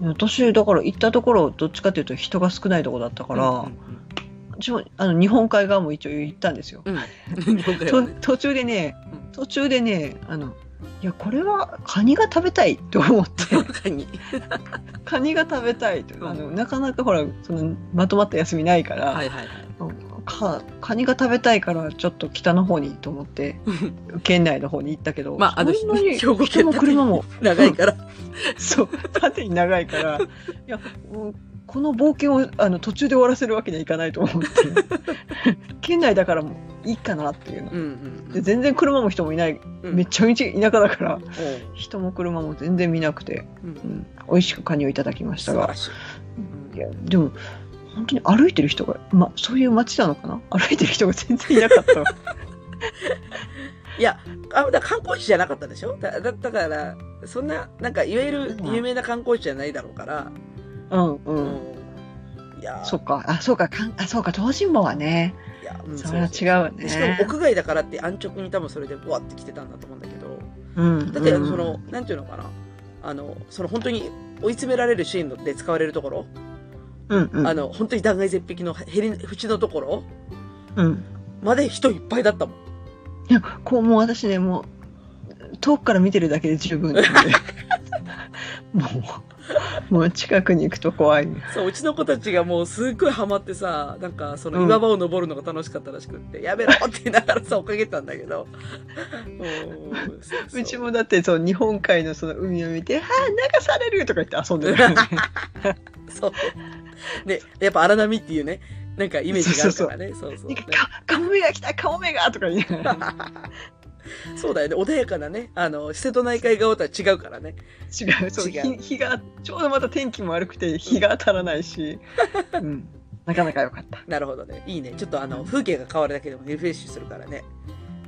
え私だから行ったところどっちかというと人が少ないところだったから、う私もあの日本海側も一応行ったんですよ。んうんうん。日本海はとね途中でねうん途中でねあのいやこれはカニが食べたいって思って 日本海に。カニが食べたいとうんあのなかなかほらそのまとまった休みないから、はいはいはい。かカニが食べたいからちょっと北の方にと思って県内の方に行ったけど、まああのそんなに兵庫人県も車も長いから。そう縦に長いから いやもうこの冒険をあの途中で終わらせるわけにはいかないと思 って県内だからもういいかなっていうのうんうんうでん全然車も人もいないうん。めっちゃ道田舎だからおう人も車も全然見なくて、うんうん、美味しくカニをいただきまし素た晴がらしい。いやでも本当に歩いてる人が、ま、そういう街なのかな歩いてる人が全然いなかったわいや、あ、だから観光地じゃなかったでしょだだだから、そんな、なんか、いわゆる有名な観光地じゃないだろうから。 うんう、うんいやー、そっかあそうかかんあそうか東尋坊はねいや、うんそれはうう違うでしかもね屋外だからって安直に多分それでボワって来てたんだと思うんだけど。うんだって、うんその、なんていうのかな。あの、その本当に追い詰められるシーンで使われるところ、うんうんあの、本当に断崖絶壁のへり、縁のところうんまで人いっぱいだったもん。 いやこうもう私ねもう遠くから見てるだけで 十分なんでもうもう近くに行くと怖いねそう、うちの子たちがもうすっごいハマってさ、なんかそのうん岩場を登るのが楽しかったらしくって、やめろ って言いながらさ、追っかけたんだけど。うんそうそううちもだってそう日本海のその海を見て「あー流される!」とか言って遊んでた からねそう。で、やっぱ荒波っていうね、なんかイメージがあるからね。そうそう なんか「カカモメが来たカモメが!」とか 言いながらそうだよね。穏やかなね、あの、瀬戸内海側とは違うからね。違うそう違う日日がちょうどまた天気も悪くて日が当たらな いし、うん、なかなか良かったなるほどね。いいね。ちょっとあの、風景が変わるだけでもリフレッシュするからね。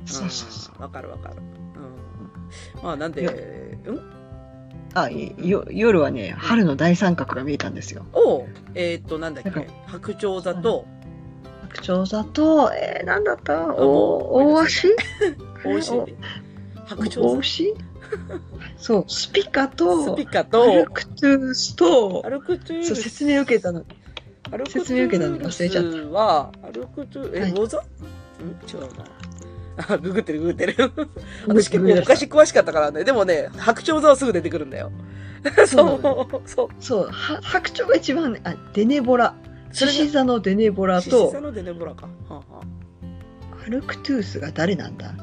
んそうそうそうわかるわかる。うん。まあ、なんで、いやうんあいよ夜はね春の大三角が見えたんですよを、えーっと、なんだっけなんか、白鳥座と、白鳥座とえー、なんだったもうお大足大石白おお鳥座牛そう、スピカスとピ、カアルと、クトゥースとア、ルクトゥーそルう説明受けたの。アルクトゥールス説明受けたの忘れちゃったは、アルクトゥール、え、はい魚座ん違うな。あ、ググってるググっ てる。私結構昔詳しかったからね。でもね、白鳥座はすぐ出てくるんだよ。そうなの そう、そう。そう、は白鳥が一番ね、あ、デネボラ、そ獅れが子座のデネボラ獅子と座、のデネブラか。はあはアルクトゥースが誰なんだ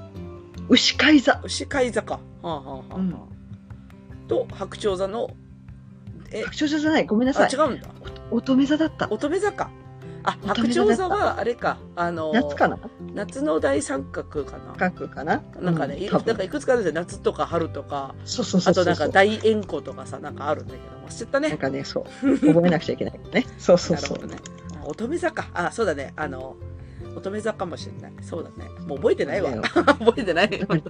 牛飼い座あ、。牛飼い座か。はあはあはあ、うんと、白鳥座の、え、白鳥座じゃない、ごめんなあ、さ違い。うんだ。乙女座だった。乙女座か。あ、乙白女座だ鳥った座は、あれか。あの、夏かな夏の大三角かな。角かななんかね、うい多なん分かいくつかあるんですよ。夏とか春とか、そうそうあそうとそう。なんか大円光とかさ、なんかあるんだけども。知ったなねん。かね、そう。覚えなくちゃいけないよね。そうそうなるそほうど。ね。あ乙女座か。あ、そうだね。あの、乙女座かもしれない。そうだね。もう覚えてないわ。 覚えてない。 だから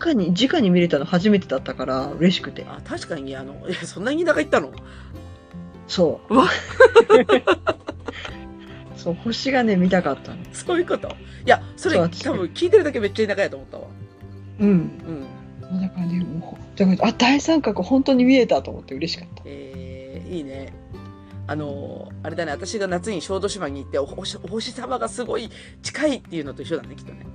直に直に見れたの初めてだったから嬉しくてあ確かにあのえそんなに田舎行ったのそうわ そう星がね見たかったのそういうこといやそれそう多私分聞いてるだけめっちゃ田舎やと思ったわうんうんだからねもうだからあ大三角本当に見えたと思って嬉しかったえー、いいねあのーあれだね私が夏に小豆島に行っておおお星様がすごい近いっていうのと一緒だねきっとね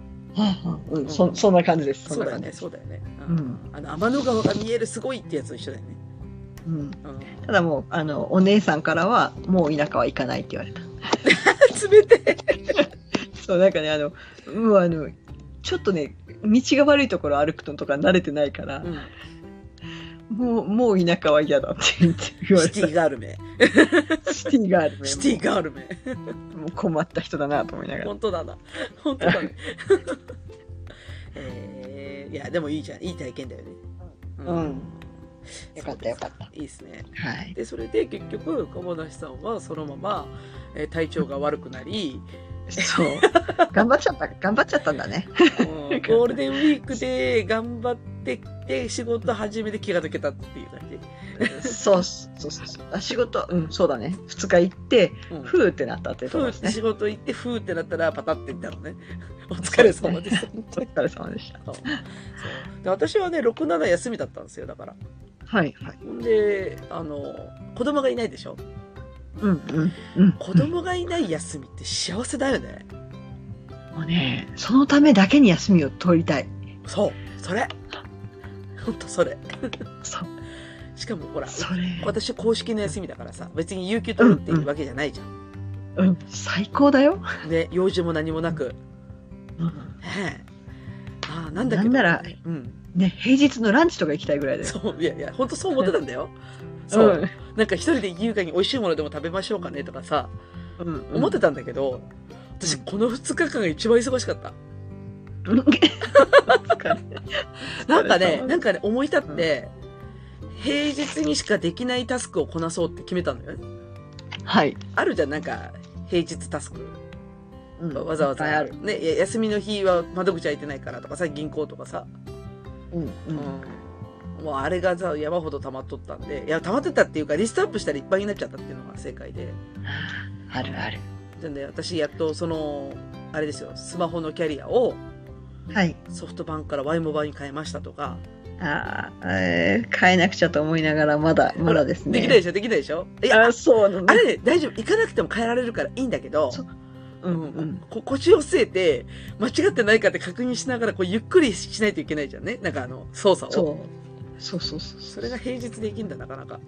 うん、んそそんな感じですそうだねそそんうだよね、うなん感あの天の川が見えるすごいってやつと一緒だよね、じうん、うん、うん、 ただもうあのお姉さんからはもう田舎は行かないって言われた 冷てえそうなんかねあのもうあのちょっとね道が悪いところ歩くのとか慣れてないから、もうもう田舎は嫌だって言って言われシたティガール めシティがあるシティガールめもう困った人だなと思いながら。本当だな本当だね えー、いやでもいいじゃんいい体験だよねううんよかったよかったいいですねはい。でそれで結局鴨梨さんはそのまま、えー体調が悪くな り、そう。頑張っちゃった、頑張っちゃったんだね。うんゴールデンウィークで頑張ってで仕事始めて気が抜けたっていう感じ、そうそうそうそう。あ仕事、うん、そうだね。二日行って、うん、ふふーってなったってとーこでっすてね仕。事行ってふーってなったらパタっていったのねお疲れ様ですお疲れ様でした。そうで私はね67休みだったんですよだからはいはい。ほんで、あの、子供がいないでしょうんうんうん。子供がいない休みって幸せだよね。もうね、そのためだけに休みを取りたい。そう、それ。ほんとそれ。そしかもほら、それ。私公式の休みだからさ、別に有給取るっていうわけじゃないじゃん。うん、最高だよ。ね、用事も何もなく。うんねえ。ああ、なんだけど。なんならうん。ね、平日のランチとか行きたいぐらいだよ。そう、いやいや、ほんとそう思ってたんだよ。そう。ん。なんか一人で優香に美味しいものでも食べましょうかねとかさ、うんうん思ってたんだけど、私この2日間が一番忙しかった。うん お疲れなんか疲れね、様なんかね、思い立って、平日にしかできないタスクをこなそうって決めたのよね。はい。あるじゃん、なんか、平日タスク。うんわざわざ。いっぱいある。ね、いや休みの日は窓口開いてないからとかさ、銀行とかさ。うんうん。うん。もうあれがさ、山ほど溜まっとったんで、いや、溜まってたっていうか、リストアップしたらいっぱいになっちゃったっていうのが正解で。あるある。でね、私やっとその、あれですよ、スマホのキャリアをはい。ソフトバンクからワイモバに変えましたとか、ああ、えー変えなくちゃと思いながら、まだ、まだですね。できないでしょ、できないでしょいや、あそうなのあれね、大丈夫。行かなくても変えられるからいいんだけど、そうううんんううんん。こ腰を据えて、間違ってないかって確認しながら、こう、ゆっくりしないといけないじゃんね。なんかあの、操作を。そう。そうそうそうそれが平日できんだ、なかなか。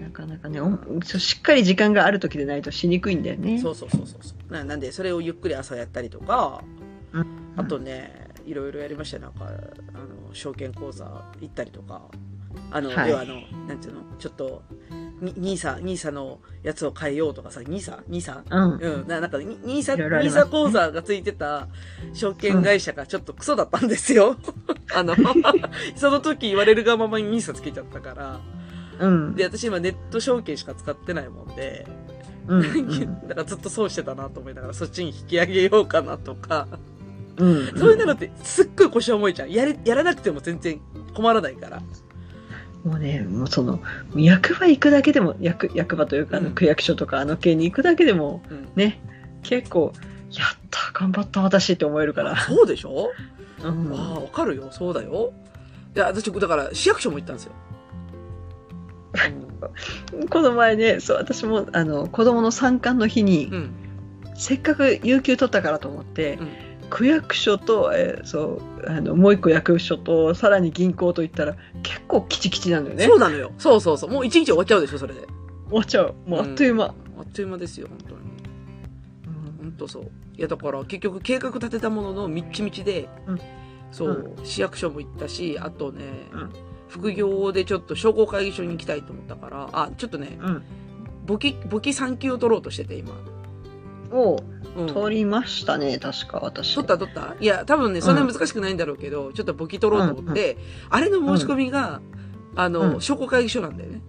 なかなかねおそうしっかり時間がある時でないとしにくいんだよねそうそうそうそうそう。ななんで、それをゆっくり朝やったりとかう、あとね、いろいろやりましたよ。なんか、あの、証券講座行ったりとか、あの、はい要はあの、なんていうの、ちょっと、にニーサ、ニーサのやつを変えようとかさ、ニーサ、ニーサうんうん、ななんかに、ニーサ、いろいろありニーますサね講座がついてた証券会社がちょっとクソだったんですよ。 あの、その時言われるがままにニーサつけちゃったから。うんで、私今ネット証券しか使ってないもんで、 うんだからずっと損してたなと思いながら、そっちに引き上げようかなとか。うんうんそういうのってすっごい腰重いじゃん。やれ、やらなくても全然困らないから。もうねもうその役場行くだけでも役役場というかあうのん区役所とかあの系に行くだけでもうん。ね結構やった頑張った私って思えるから、そうでしょ、うん、ああ、わかるよ。そうだよ。いや、私、だから市役所も行ったんですよ。この前ねそう私もあの子供の参観の日に、うん。せっかく有給取ったからと思って、うん区役所と、えーそうあのもう一個役所とさらに銀行といったら結構キチキチなんだよねそうなのよ。そうそうそう。もう一日終わっちゃうでしょ、それで。終わっちゃうもうあっという間、あっという間ですよ、本当に。本当そう。いや、だから結局計画立てたもののみっちみちで、うんそう、市役所も行ったし、あとね、うん副業でちょっと商工会議所に行きたいと思ったから、あ、ちょっとね、うん簿記、簿記3級を取ろうとしてて、今。をうん。取りましたね確か私取った取ったいや、多分ね、そんな難しくないんだろうけど、ちょっと簿記取ろうと思って、あれの申し込みが、あの、うん商工会議所なんだよね。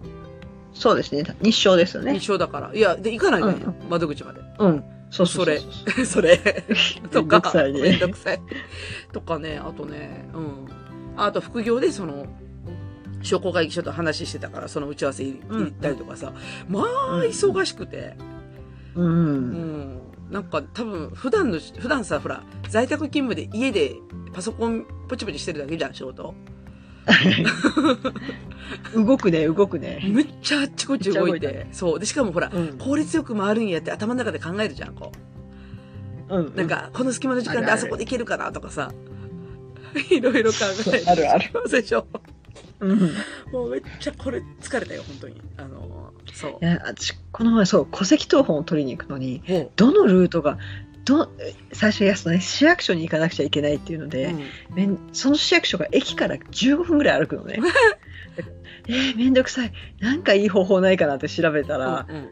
そうですね日照ですよね一緒だから。いや、で、行かないのよ、う窓口まで。うんそうそうそ そ れ。とめんどかくさいねめんどくさいとかねあとねうんあと副業でその商工会議所と話してたからその打ち合わせ入うん行ったりとかさ、まあ忙しくてううん、んなんか多分普段の普段さほら在宅勤務で家でパソコンポチポチしてるだけじゃん仕事 動くね動くねむっちゃあっちこっち動いてめっちゃ動いたねそうでしかもほらうん効率よく回るんやって頭の中で考えるじゃんこううんなんか、この隙間の時間であそこでいけるかなとかさ、 いろいろ考えて。あるある。そうでしょ。うんいもうめっちゃこれ疲れたよ、本当に。あの、そう。や私この前そう戸籍謄本を取りに行くのにもどのルートがど最初やすのね市役所に行かなくちゃいけないっていうのうで、ん、めんその市役所が駅から15分ぐらい歩くのね。 えー、めんどくさい。なんかいい方法ないかなって調べたら、うん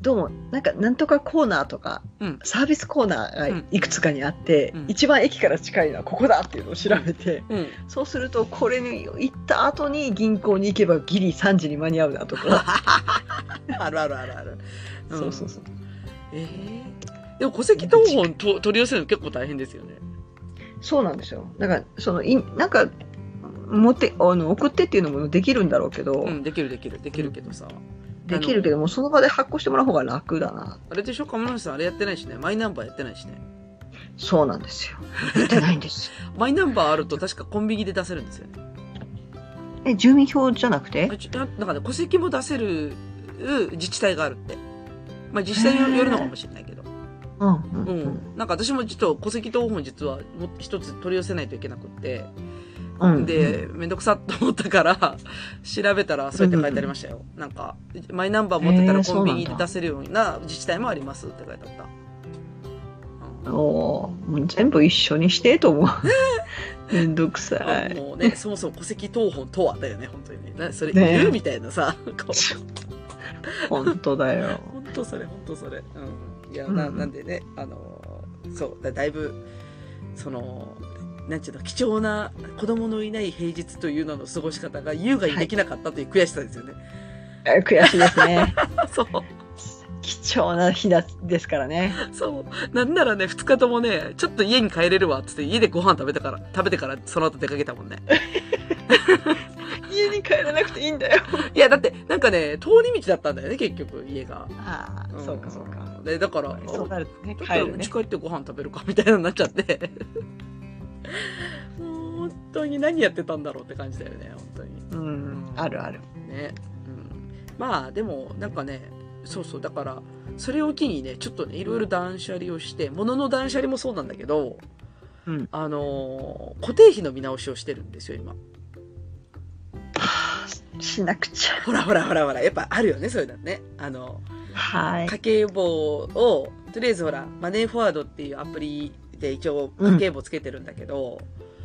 どうも、なんかなんとかコーナーとか、うんサービスコーナーがいくつかにあって、うん一番駅から近いのはここだっていうのを調べて、うん。そうすると、これに行った後に銀行に行けばギリ3時に間に合うなとか。あるあるあるある。んそうそうそう。えーでも戸籍謄本と取り寄せるの結構大変ですよね。そうなんですよ。だから、その、いなんか、持って、あの、送ってっていうのもできるんだろうけど、うん、できるできる。できるけどさ。できるけども、その場で発行してもらう方が楽だなあれでしょ鴨志さんあれやってないしね。マイナンバーやってないしね。そうなんですよ。出てないんですよ。マイナンバーあると確かコンビニで出せるんですよね。 え、住民票じゃなくてあちょななんかね、戸籍も出せる自治体があるって。まあ自治体によるのかもしれないけど。うんううんん。なんか私もちょっと戸籍謄本実はもう一つ取り寄せないといけなくって。うん。うん、で、めんどくさと思ったから、調べたらそうやって書いてありましたよ。なんか、マイナンバー持ってたへらーコンビニそうでなんだ出せるような自治体もありますって書いてあった。うんおーもう全部一緒にしてと 思う。めんどくさい。もうね、そもそも戸籍謄本とはだよね、本当にね。なそれいる、ねえみたいなさ、こう本当だよ。本当それ本当それうんいやうんななんでねあのーそうだだいぶそのなんちゅうの貴重な子供のいない平日というのの過ごし方が優雅にできなかったという悔しさですよ ね、え悔しいですね。そう 貴重な日だですからね。そうなんならね2日ともねちょっと家に帰れるわっつって家でご飯食べたから食べてからその後出かけたもん ね家に帰らなくていいんだよ。いやだってなんかね通り道だったんだよね結局家が、ああ、んそうかそうか。でだからそうなるとね、ちょっ帰とるうねち。帰ってご飯食べるかみたいなになっちゃって。もう本当に何やってたんだろうって感じだよね、本当に。うん、あるある。ね。うん、まあでもなんかね、そうそう、だからそれを機にね、ちょっとね、いろいろ断捨離をして、物の断捨離もそうなんだけど、うんあのー固定費の見直しをしてるんですよ、今。しなくちゃ。ほらほらほらほら、やっぱあるよね、そういうのね。あの、はい。家計簿を、とりあえずほら、マネーフォワードっていうアプリで一応家計簿つけてるんだけど、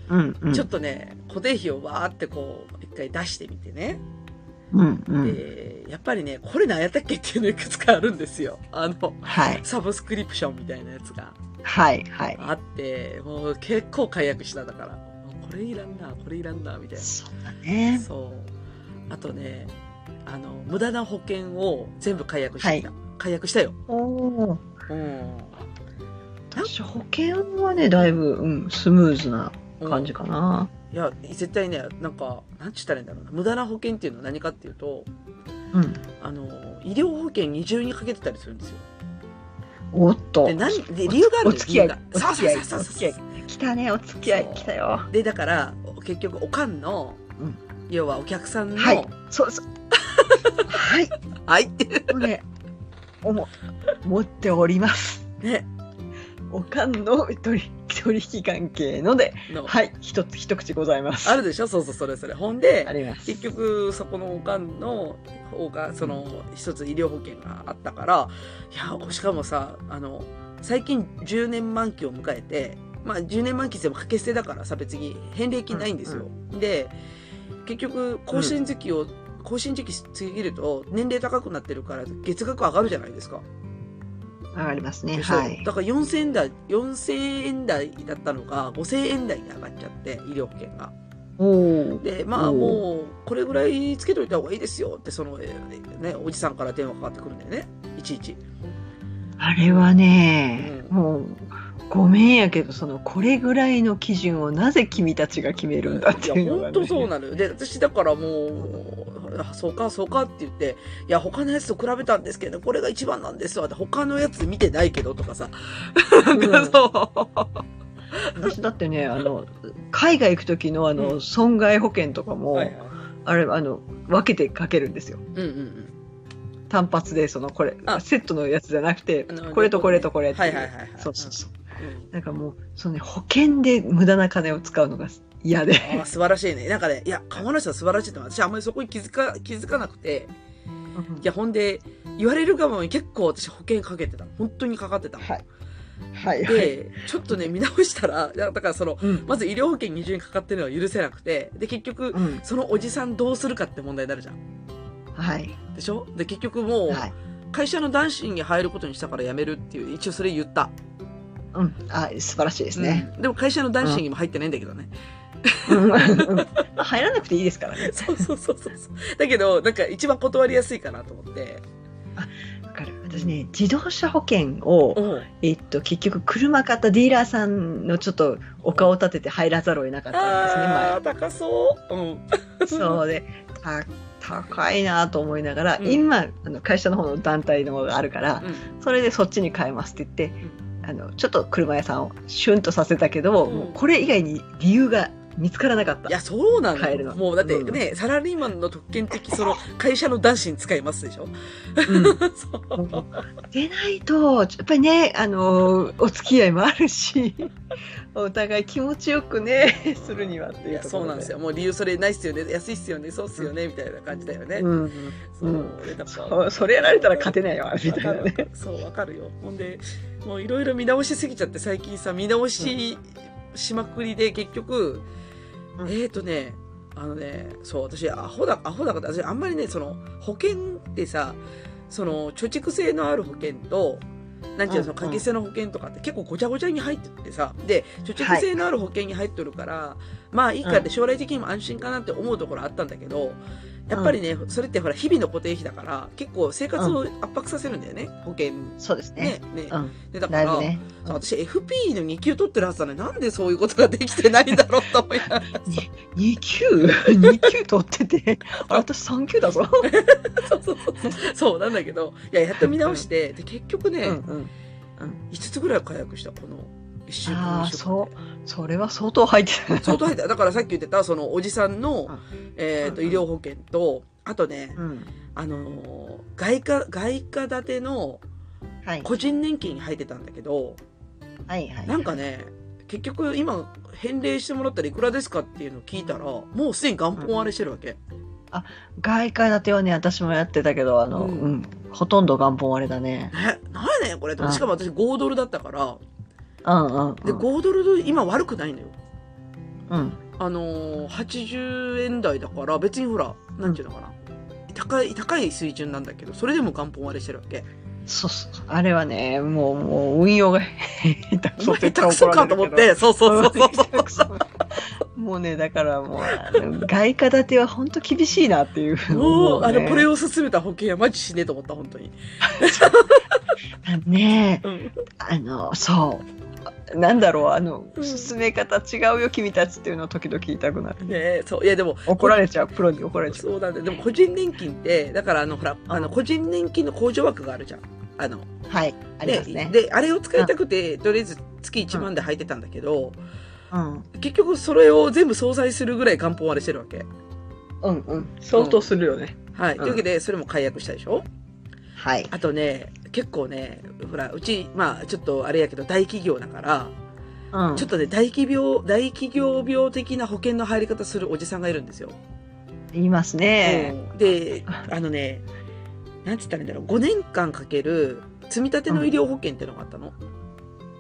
うんうん。ちょっとね、固定費をわーってこう、一回出してみてね。うんうん。で、やっぱりね、これ何やったっけっていうのいくつかあるんですよ。あの、はいサブスクリプションみたいなやつがはいはい。あって、もう結構解約しただから、これいらんな、これいらんな、みたいそうだな。ね。そう。あとね、あの、無駄な保険を全部解約してきた。解約したよ。おお。うん。私保険はねだいぶ、うん、スムーズな感じかな。いや、絶対ね、なんか、なんちゅったらいいんだろうな。無駄な保険っていうのは何かっていうと、うん。あの、医療保険二重にかけてたりするんですよ。おっと。で何で理由があるおんだよ付き合理い。お由が付き合い。そうそうおそう付そきう合い。来たね。お付き合いそう来たよ。でだから結局おかんの、うん要はお客さんの「ははいい」。そ うそう。はい。ってもうね。おも持っております。ねおかんの取り取引関係ので、の、はい。一つ一口ございます。あるでしょそうそうそれそれほんあでります。結局そこのおかんの方がその一つ医療保険があったからいやしかもさあの最近10年満期を迎えてまあ10年満期でも掛け捨てだからさ別に返礼金ないんですよ、で結局更新時期を、更新時期過ぎると年齢高くなってるから月額上がるじゃないですか上がりますね。でしょはい。だから4000円台、4000円台だったのが5000円台に上がっちゃって、医療保険が。おお。で、まあおうもう、これぐらいつけといた方がいいですよって、その、えーね、おじさんから電話かかってくるんだよね。いちいち。あれはね、うんもうごめんやけどそのこれぐらいの基準をなぜ君たちが決めるんだっていうのや、が、ね、本当そうなのよ。で、私だからもう、あそうか、そうかって言って、いや、他のやつと比べたんですけど、これが一番なんですわって、他のやつ見てないけどと かさ。なんかそう。私だってねあの海外行く時のあの、損害保険とかも、はいはいあれあの分けてかけるんですようんうんうん単発でそのこれあセットのやつじゃなくてあの。これとこれとこれってはいいうはいはいはい。そうそうそううんなんかもうその、ね、保険で無駄な金を使うのが嫌であー素晴らしいね。なんかね、いや、川の人は素晴らしいと思う。私あんまりそこに気づか、気づかなくて。いや、ほんで、言われるがままに結構私保険かけてた。本当にかかってた。はいはいはい、で、ちょっとね、見直したら、いやだからその、うんまず医療保険二重にかかってるのは許せなくて、で、結局、うん、そのおじさんどうするかって問題になるじゃん。はいでしょで、結局もう、はい会社の男子に入ることにしたから辞めるっていう、一応それ言った。うんあ素晴らしいですね、うんでも会社の男子にも入ってないんだけどね。うんうん 入らなくていいですからね。そうそうそうそうそう。だけど、なんか一番断りやすいかなと思って。わかる。私ね、自動車保険を、ん。えっと、結局車買ったディーラーさんのちょっとお顔を立てて入らざるを得なかったんですね、ああー、高そう。うん。前。そうで、た高いなと思いながら、うん今、あの会社の方の団体の方があるから、うんそれでそっちに変えますって言って、あの、ちょっと車屋さんをシュンとさせたけど、うんもうこれ以外に理由が見つからなかったいや、そうなんだ帰るのよ。もうだってうんね、サラリーマンの特権的、その、会社の男子に使いますでしょ うんそう出ないとやっぱりねあのお付き合いもあるし お互い気持ちよくねするにはっていいうや、ところそうなんですよ。もう理由それないっすよね。安いっすよね。そうっすよね。みたいな感じだよね。うんそう。で、だからそうそれやられたら勝てないわみわたいかなるわねかるそうわかるよほんでもういろいろ見直しすぎちゃって最近さ見直ししまくりで結局、うんえっ、ー、とねあのねそう私アホだアホだから私あんまりねその保険ってさその貯蓄性のある保険となんていうのそのうんうん掛け捨ての保険とかって結構ごちゃごちゃに入ってってさで貯蓄性のある保険に入っとるから、まあいいかって将来的にも安心かなって思うところあったんだけどやっぱりね、それってほら日々の固定費だから結構生活を圧迫させるんだよね、保険そうですね。ねうんでだかだいら、ぶね私 FP の2級取ってるはずなのになんでそういうことができてないんだろうと思いな がら2級2級取って てあ私3級だぞ、そうそうそうそうそうなんだけどいややっと見直してで結局ね、うん、 5つぐらい解約したこの1週間あー二週間でそれは相当入ってた相当入っただからさっき言ってたそのおじさんの、うんえー、とうん医療保険とあとね、うんあのー外貨外貨建てのはい個人年金に入ってたんだけどはいはいなんかね結局今返礼してもらったらいくらですかっていうのを聞いたらもうすでに元本割れしてるわけ、外貨建てはね私もやってたけどあの、ううんんほとんど元本割れだねね、なんやねんこれとうんしかも私5ドルだったからうんうんでうん5ドルで今悪くないのようんあのー、80円台だから別にほらなんていうのかな、高い高い水準なんだけどそれでも元本割れしてるわけそうそうそうあれはねもうもう運用が 下手くおそ前下手くそかと思ってそうそうそう そうそうもうねだからもうあの外貨建ては本当厳しいなっていうもうあのこれをを勧めた保険はマジしねえと思った本当に、ねうん、あのそうなんだろうあの、うん進め方違うよ君たちっていうのを時々言いたくなるねえそういやでも怒られちゃうプロに怒られちゃうそうなんだよでも個人年金ってだからあのほらあの個人年金の控除枠があるじゃんあのはいありますねでであれを使いたくてとりあえず月1万で入ってたんだけど、うん結局それを全部相殺するぐらい元本割れしてるわけうんうん相当するよね、はい、うんというわけでそれも解約したでしょはいあとね結構ねほらうちまあちょっとあれやけど大企業だから、うんちょっとね大企業大企業病的な保険の入り方するおじさんがいるんですよ、言いますね。うんであのねなんつったらいいんだろう5年間かける積み立ての医療保険っていうのがあったの、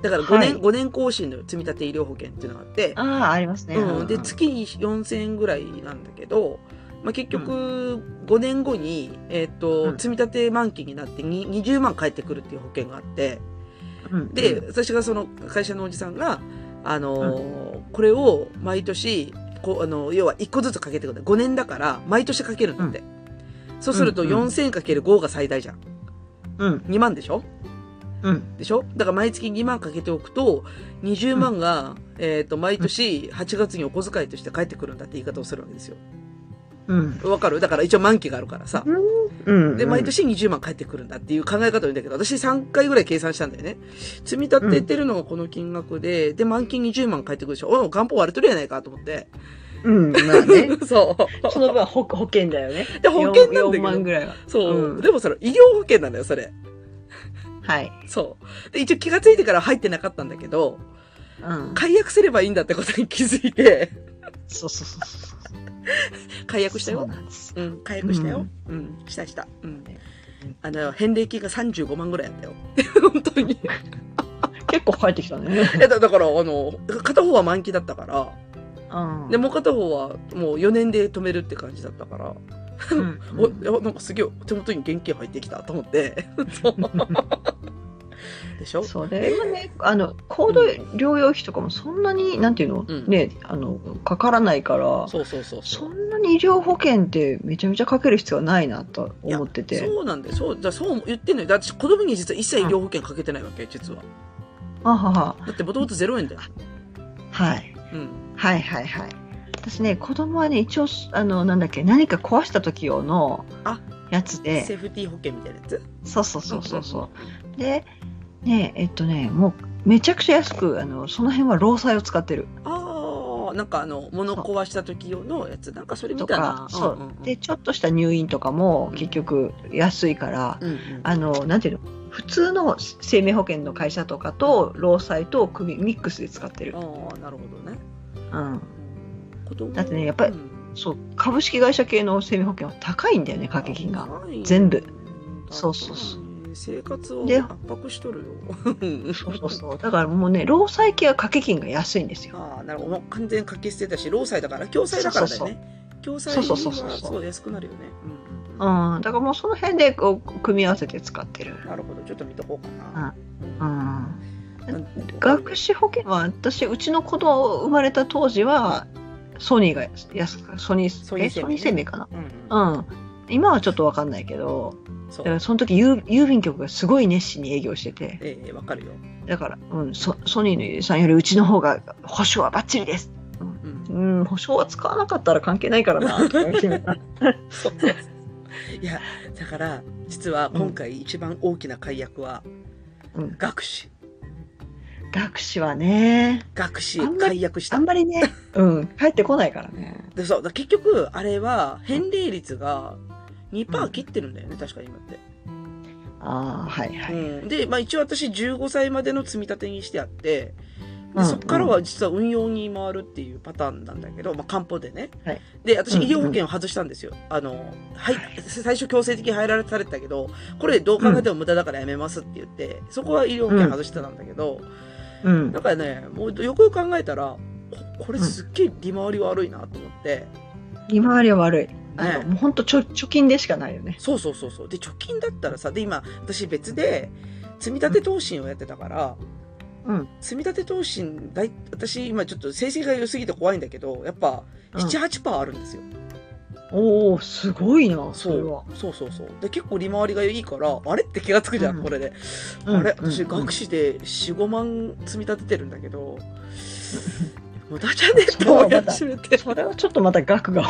だから5年、はい5年更新の積み立て医療保険っていうのがあってああ、ありますね。うん、で月に4000円ぐらいなんだけど、まあ、結局5年後に、えーとうん積み立て満期になってに20万返ってくるっていう保険があってうんで、うん私がその会社のおじさんが、あのーこれを毎年こうあの要は1個ずつかけてくる5年だから毎年かけるんだって、そうするとうんうん4000円かける5が最大じゃんうん、 2万でしょうん、でしょだから毎月2万かけておくと20万が、えー、と毎年8月にお小遣いとして返ってくるんだって言い方をするわけですよ。うん、わかるだから一応満期があるからさ。うん、で、毎年20万返ってくるんだっていう考え方を言うんだけど、私3回ぐらい計算したんだよね。積み立ててるのがこの金額で、で、満期20万返ってくるでしょ。おい元本割れとるやないかと思って。うん、まあね。 そう。 その分保保険だよね。で、保険なんだけ4万ど。ぐらいは。そう、うんでもそれ、医療保険なんだよ、それ。はい。そう。で、一応気がついてから入ってなかったんだけど、うん。解約すればいいんだってことに気づいて、 そうそうそうそう。解約したそうよ。なんです。うん、解約したよ。うん、したした。うん。あの、返礼金が35万ぐらいやったよ。 本当 に。結構入ってきたね。えだだからあの片方は満期だったからうん。でもう片方はもう4年で止めるって感じだったから、うん、お いやなんかすげえ手元に現金入ってきたと思って そうでしょそれはね、あの、行動療養費とかもそんなに、なんていうの、うんね、あの、かからないから、そうそうそうそ。そうんなに医療保険ってめちゃめちゃかける必要はないなと思ってて。そうなんだよ。そう、だそう言ってんのよ。だって私子供に実は一切医療保険かけてないわけ、実は。あはは。だってもともと0円だよ。はい。うん。はいはいはい。私ね、子供はね、一応、あの、なんだっけ、何か壊した時用のあやつセーで、フティー保険みたいなやつそうそうそうそうそう。で、ね、えっとね、もう、めちゃくちゃ安く、あの、その辺は労災を使ってる。ああ、あなんかあの物壊した時用のやつなんかそれ見とたなか、そう、んんんでちょっとした入院とかも結局安いから、うんうんあのなんていうの普通の生命保険の会社とかと労災と組ミックスで使ってる、ああなるほどねうん、子供だってねやっぱりうんそう株式会社系の生命保険は高いんだよね掛け金がはい全部んそうそうそ生活をで圧迫しとるようんそうそうそうだからもうね労災系は掛け金が安いんですよ ああなるほどもう完全に掛け捨てたし労災だから共済だからだよね共済そうそうそうそうはそう安くなるよねうんうん、だからもうその辺でこう組み合わせて使ってる。なるほどちょっと見とこうかなあうん、なんて学資保険は私うちの子供生まれた当時はソニーが安かソニーソニー生命ねえソニー生命かうんうんな。うん今はちょっとわかんないけどそうだからその時郵郵便局がすごい熱心に営業しててええわかるよだから、うん、ソソニーのさんよりうちの方が保証はバッチリですうんうん保証は使わなかったら関係ないからなって思って たそうそうそういやだから実は今回一番大きな解約は、うん学士学資はね学士あんまり解約しあたんまりね、うん、帰ってこないからねでそうだ結局あれは返礼率が2%切ってるんだよね、確か今って、ああはいはい、うん、で、まあ、一応私15歳までの積み立てにしてあってうでんそこからは実は運用に回るっていうパターンなんだけど、まあ、漢方でね、はいで私うん医療保険を外したんですよ、あのはい最初強制的に入らされてたけどこれどう考えても無駄だからやめますって言ってそこは医療保険外してたんだけど、うんなんかね、もうよくよく考えたら、ここれすっげえ利回り悪いなと思って、利回りは悪い。あのねもう本当貯貯金でしかないよね。そうそうそうそう。で、貯金だったらさ、で、今、私別で、積み立て投資をやってたから、うん積み立て投資、だい私今ちょっと成績が良すぎて怖いんだけど、やっぱ、うん7、8%あるんですよ。おおすごいなそそれうは。そうそうそう。で、結構利回りがいいから、あれって気がつくじゃん、うんこれで。うんあれうん私、うん学士で4、5万積み立ててるんだけ ど、無駄じゃねえと思い始めて。それはちょっとまた額が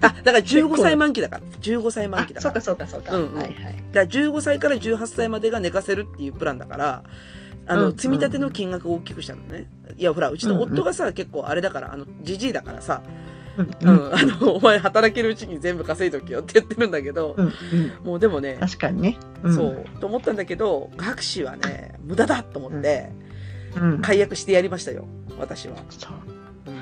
あ、だから15歳満期だから。15歳満期だそかうら。かそうかそうか。うんうんはいはい。だから15歳から18歳までが寝かせるっていうプランだから、あの、うん積み立ての金額を大きくしたのね。いや、ほら、うちの夫がさ、結構あれだから、あの、じじいだからさ、ううんん、あの、お前働けるうちに全部稼いときよって言ってるんだけど、うんうんもうでもね、確かにね。そ。う、と思ったんだけど、学士はね、無駄だと思って、うん。解約してやりましたよ、私は。そううん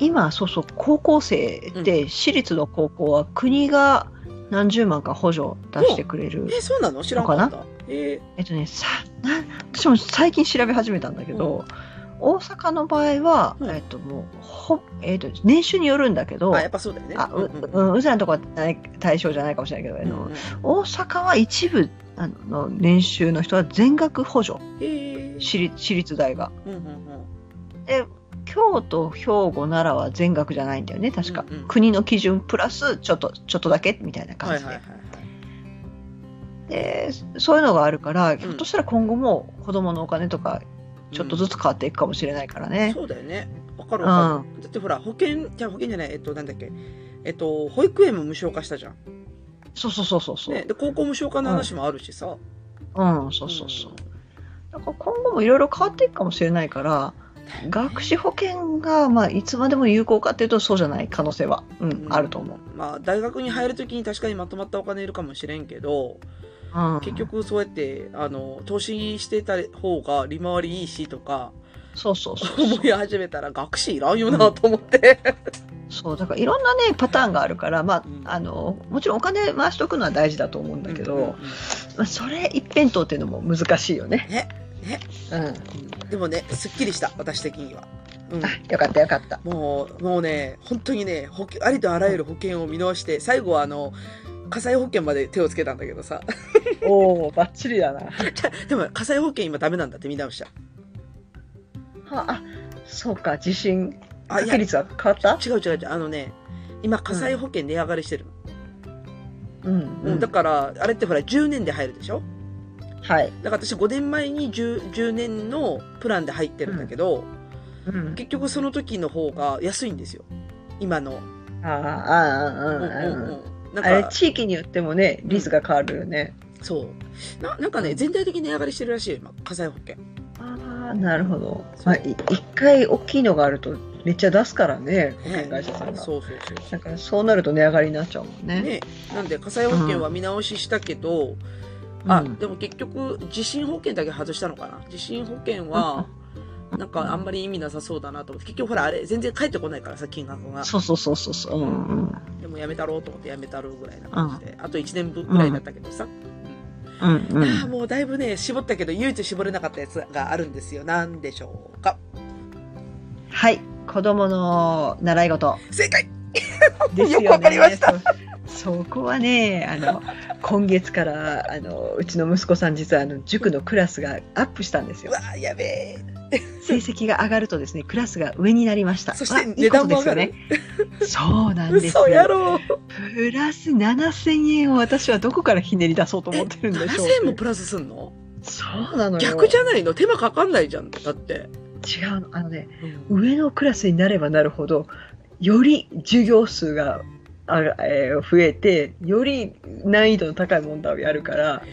今そうそう高校生で私立の高校は国が何十万か補助出してくれる。え、そうなの知らんかった。ええっとねさな私も最近調べ始めたんだけど。大阪の場合は、うんえっともうほえっと年収によるんだけど、ー、あ、やっぱそうだよね。あ、う、んんうん、うずらのとこはない対象じゃないかもしれないけど、あうんうのん大阪は一部あの年収の人は全額補助えー私立私立大がうんうんうん京都兵庫奈良は全額じゃないんだよね確か、うんうん国の基準プラスちょっとちょっとだけみたいな感じで,、はいはいはいでそういうのがあるからひょっとしたら今後も子どものお金とかちょっとずつ変わっていくかもしれないからね、そうだよね。わかるわかる。だってほら、保険、じゃあ保険じゃない、えっと、なんだっけ。えっと、保育園も無償化したじゃん。そうそうそうそうそう、ね、で、高校無償化の話もあるしさ。うんそうそうそう、だから今後もいろいろ変わっていくかもしれないからうん。学資保険が、まあ、いつまでも有効かっていうとそうじゃない可能性は、うんうんあると思う、まあ、大学に入るときに確かにまとまったお金いるかもしれんけど、うん結局そうやって、あの、投資してた方が利回りいいしとか、そうそうそう思い始めたら学士いらんよなと思って。そうだからいろんなねパターンがあるから、まあうんあのもちろんお金回しておくのは大事だと思うんだけど、うんうんうんまあ、それ一辺倒っていうのも難しいよねね、ね。うん、うんでもね、すっきりした、私的には。うん。あよかったよか ったもう、もうね、本当にね、保険ありとあらゆる保険を見直して、最後はあの、火災保険まで手をつけたんだけどさ。 おおバッチリだなでも、火災保険今ダメなんだって見直した。はあそうか地震あ、確いや、違う率は変わった違う違う。あのね、今、火災保険値上がりしてるの。うん、うんだから、あれってほら、10年で入るでしょはい、だから私5年前に 10, 10年のプランで入ってるんだけど、うん、結局その時の方が安いんですよ。今の。あーあーうんうんうんうんうん。なんあれか、地域によってもね率が変わるよね、そう。ななんかね、全体的に値上がりしてるらしいよ、今、火災保険。ああなるほどそ、うまあ、い一回大きいのがあるとめっちゃ出すからね保険ね会社さんが、そうそうそうだからそうなると値上がりになっちゃうもんねね、なんで火災保険は見直ししたけど、うんあうんでも結局地震保険だけ外したのかな地震保険はなんかあんまり意味なさそうだなと思って結局ほらあれ全然返ってこないからさ金額がそうそうそうそうそううんうんでもやめたろうと思ってやめたろうぐらいな感じであと1年分ぐらいだったけどさ、うんうあーん もうだいぶね絞ったけど唯一絞れなかったやつがあるんですよなんでしょうかはい子供の習い 事正解ですよねよくわかりましたそうそこはねあの今月からあのうちの息子さん実はあの塾のクラスがアップしたんですうよわーやべえ成績が上がるとですねクラスが上になりましたそしわていいこと値段も上がるですよねそうなんです嘘やろプラス7000円を私はどこからひねり出そうと思ってるんでしょう7000円もプラスすんのそうなのよ逆じゃないの手間かかんないじゃんだって、違うのあのねうん上のクラスになればなるほどより授業数がある、えー増えてより難易度の高い問題をやるから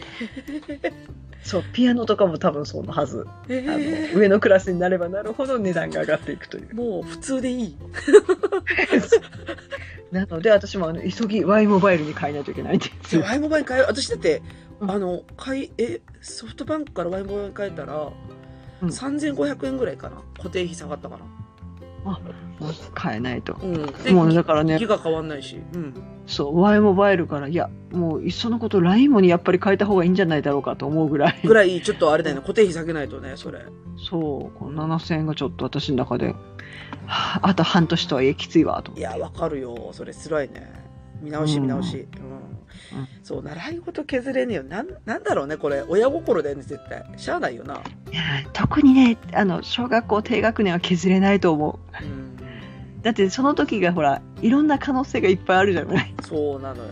そうピアノとかも多分そのはずえあのー上のクラスになればなるほど値段が上がっていく というもう普通でいいなので私もあの急ぎ Y モバイルに変えないといけないんですよワイモバに変えよう私だって、うんあの買いえソフトバンクからワイモバに変えたら、うん3500円ぐらいかな固定費下がったからもう変えないとうんもうだからねギガ変わんないしうんそう Y モバイルからいやもういっそのこと LINE もにやっぱり変えた方がいいんじゃないだろうかと思うぐらいぐらいちょっとあれだよね固定費下げないとねそれそうこの7000円がちょっと私の中で、はあ、あと半年とはいえきついわと思いってやわかるよそれ辛いね見直しうん見直し、うんうんそう習い事削れねえよなんなんだろうねこれ親心だよね絶対しゃあないよな、いや特にねあの小学校低学年は削れないと思ううん、だってその時がほらいろんな可能性がいっぱいあるじゃない、そうなの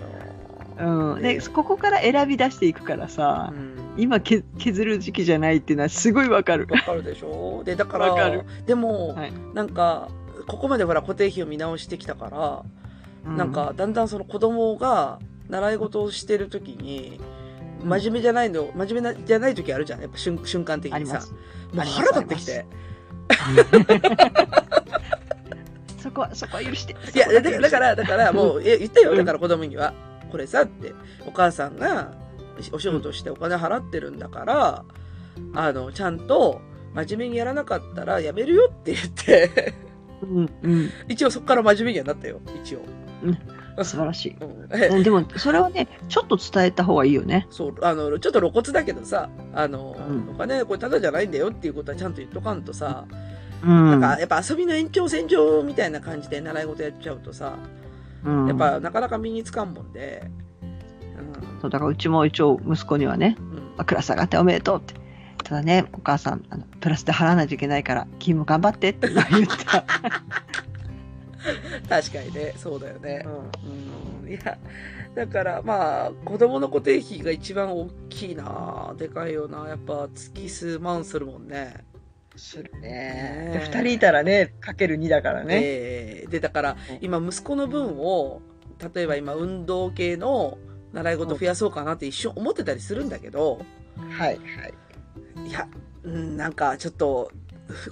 よ、 うん、でここから選び出していくからさう、ん今け削る時期じゃないっていうのはすごいわかるわかるでしょでだからわかるでも、はいなんかここまでほら固定費を見直してきたから、なんかだんだんその子供が習い事をしてる時に真面目じゃないの真面目なじゃない時あるじゃんやっぱ瞬瞬間的ありにまさすもうあります腹立ってきて そこはそこは許していやだだからだからも うえ言ったようんだから子供にはこれさってお母さんがお仕事してお金払ってるんだからあのちゃんと真面目にやらなかったらやめるよって言って。 うんうん一応そこから真面目にはなったよ一応、素晴らしいうん、 うんでもそれはねちょっと伝えた方がいいよねそうあのちょっと露骨だけどさあの、うんお金これただじゃないんだよっていうことはちゃんと言っとかんとさ、うんなんかやっぱ遊びの延長線上みたいな感じで習い事やっちゃうとさうんやっぱなかなか身につかんもんで、うんそうだからうちも一応息子にはねうんあクラス上がっておめでとうってただねお母さんあのプラスで払わないといけないから君も頑張ってって言った、確かにねそうだよねう、んうん、いやだからまあ子供の固定費が一番大きいなでかいよなやっぱ月数万するもんねするねで二人いたらねかける2だからね、ええでだからうん今息子の分を例えば今運動系の習い事増やそうかなって一瞬思ってたりするんだけどはいはいいやうんなんかちょっと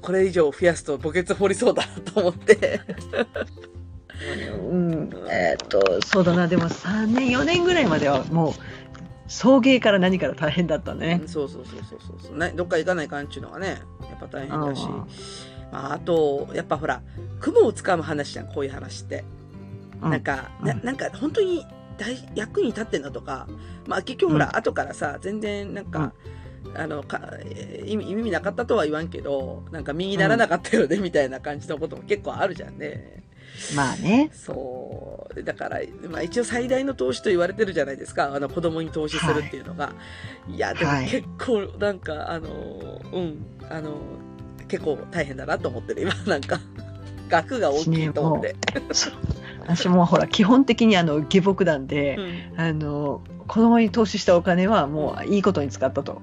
これ以上増やすと墓穴掘りそうだなと思ってうんえーっとそうだなでも3年4年ぐらいまではもう送迎から何から大変だったねう、んそうそうそうそうそうそうねどっか行かないかんっちゅうのがねやっぱ大変だしうんまあ、あとやっぱほら雲をつかむ話じゃんこういう話って。うんなんか、なうんなんか本当に大役に立ってんのとか、まあ、結局ほら、後からさ全然なんか、あのかえー意味意味なかったとは言わんけどなんか身にならなかったよね、みたいな感じのことも結構あるじゃんねまあねそうだから、まあ、一応最大の投資と言われてるじゃないですかあの子供に投資するっていうのが、い、やでもはい結構なんか、あのうんあの結構大変だなと思ってる今 なんか額が大きいと思って。私もほら基本的にあの下僕なんで、うんあの子供に投資したお金はもういいことに使ったと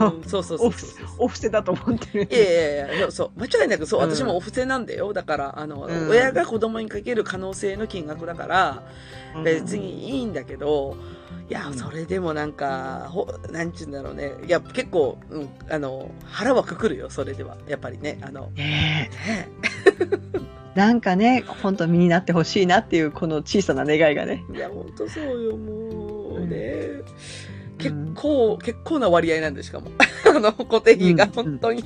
うんうんそうそうそ うそうそう。お布施だと思っていやるいやいやいや、そう、間違いなく、そう、うん私もお布施なんだよ。だから、あの、うん親が子供にかける可能性の金額だから、別にいいんだけど、いやう、んそれでもなんか、ほ、なんちゅうんだろうね。いや、結構、うん、あの、腹はくくるよ、それでは。やっぱりね、あの、ねねえなんかね本当身になってほしいなっていうこの小さな願いがねいや本当そうよもううんね、う結ん構、結構な割合なんでしかも あの固定費がうん本当に、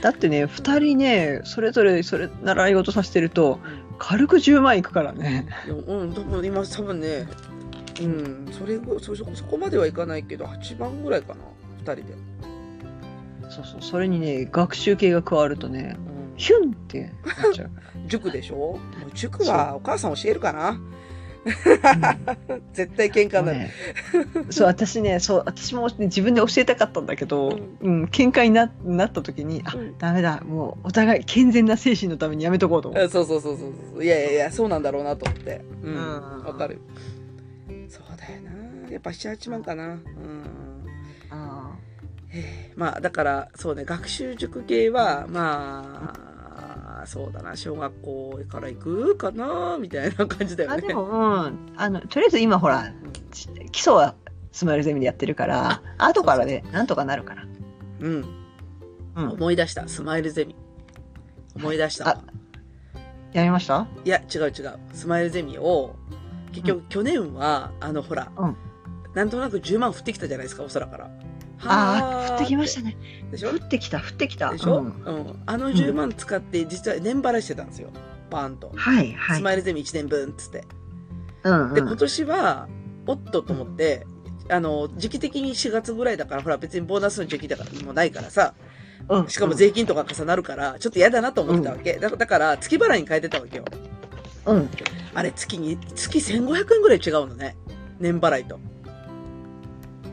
だってね2人ねそれぞれそれ習い事させてると軽く10万いくからねうん、うん、多分今多分ねうんそれぐそそそこまではいかないけど8万ぐらいかな2人で、そうそうそれにね学習系が加わるとねうんヒュンってなっちゃう、塾でしょもう塾はお母さん教えるかな う絶対喧嘩んになもうる、ねそう私ねそう私も自分で教えたかったんだけど、うんうん喧嘩にななった時にあ、うんダメだもうお互い健全な精神のためにやめとこうと思ううんそうそうそうそうそういやいやいやそうなんだろうなと思ってうんうんわかるそうだよなやっぱ78万かなうんあまあだからそうね学習塾系はまあそうだな小学校から行くかなみたいな感じだよね。でも、うん、あのとりあえず今ほらち基礎はスマイルゼミでやってるから後からで、ね、なんとかなるから、うん、うん、思い出したスマイルゼミ思い出したわあやめましたいや違う違うスマイルゼミを結局去年は、あのほら、うんなんとなく10万降ってきたじゃないですかお空から。あはあー降ってきましたねでしょ降ってきた降ってきたでしょ、ううんんあの10万使って実は年払いしてたんですよバーンと、はいはスいマイルゼミ1年分っつって。うんうでん今年はおっとと思ってあの時期的に4月ぐらいだからほら別にボーナスの時期だからもうないからさうんしかも税金とか重なるからちょっと嫌だなと思ってたわけ、だだから月払いに変えてたわけようんあれ月に月1500円ぐらい違うのね年払いと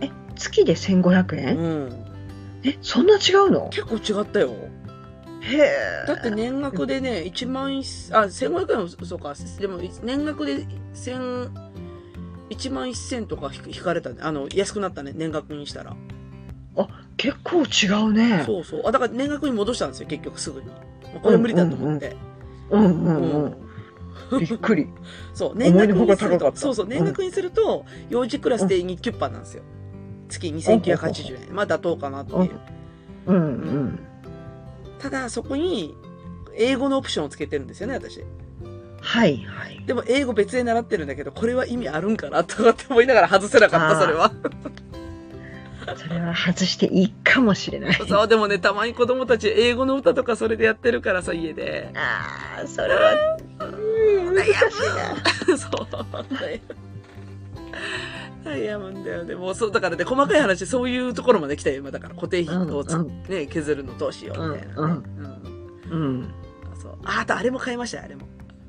え月で1500う円、んえそんな違うの結構違ったよへえだって年額でね1万1000あ1500円もそうかでも年額で1000 1万1000とか引引かれたねあの安くなったね年額にしたら結構違うねそうそう。あ、だから年額に戻したんですよ、結局すぐに。まあこれ無理だと思って。うんうんうん、 びっくりそう、年思い額のほにかする高かっと、たそうそう、年額にすると、幼児クラスで2キュッパーなんですよ。月2980円。まあ妥当かなっていう。うんうんただ、そこに、英語のオプションをつけてるんですよね、私。はいはいでも、英語別で習ってるんだけど、これは意味あるんかなとかって思いながら外せなかった、あーそ れは。それは外していいかもしれないそう、でもね、たまに子供たち、英語の歌とかそれでやってるからさ、家で。ああそれはうん難しいなそう だよ。悩むんだよね。もうそう、だからね、細かい話、そういうところまで来たよ、今。だから固定費をつ、うんうね、削るのどうしよう、みたいなね。うんうんそうあ、あと、あれも買いましたよ、あれも。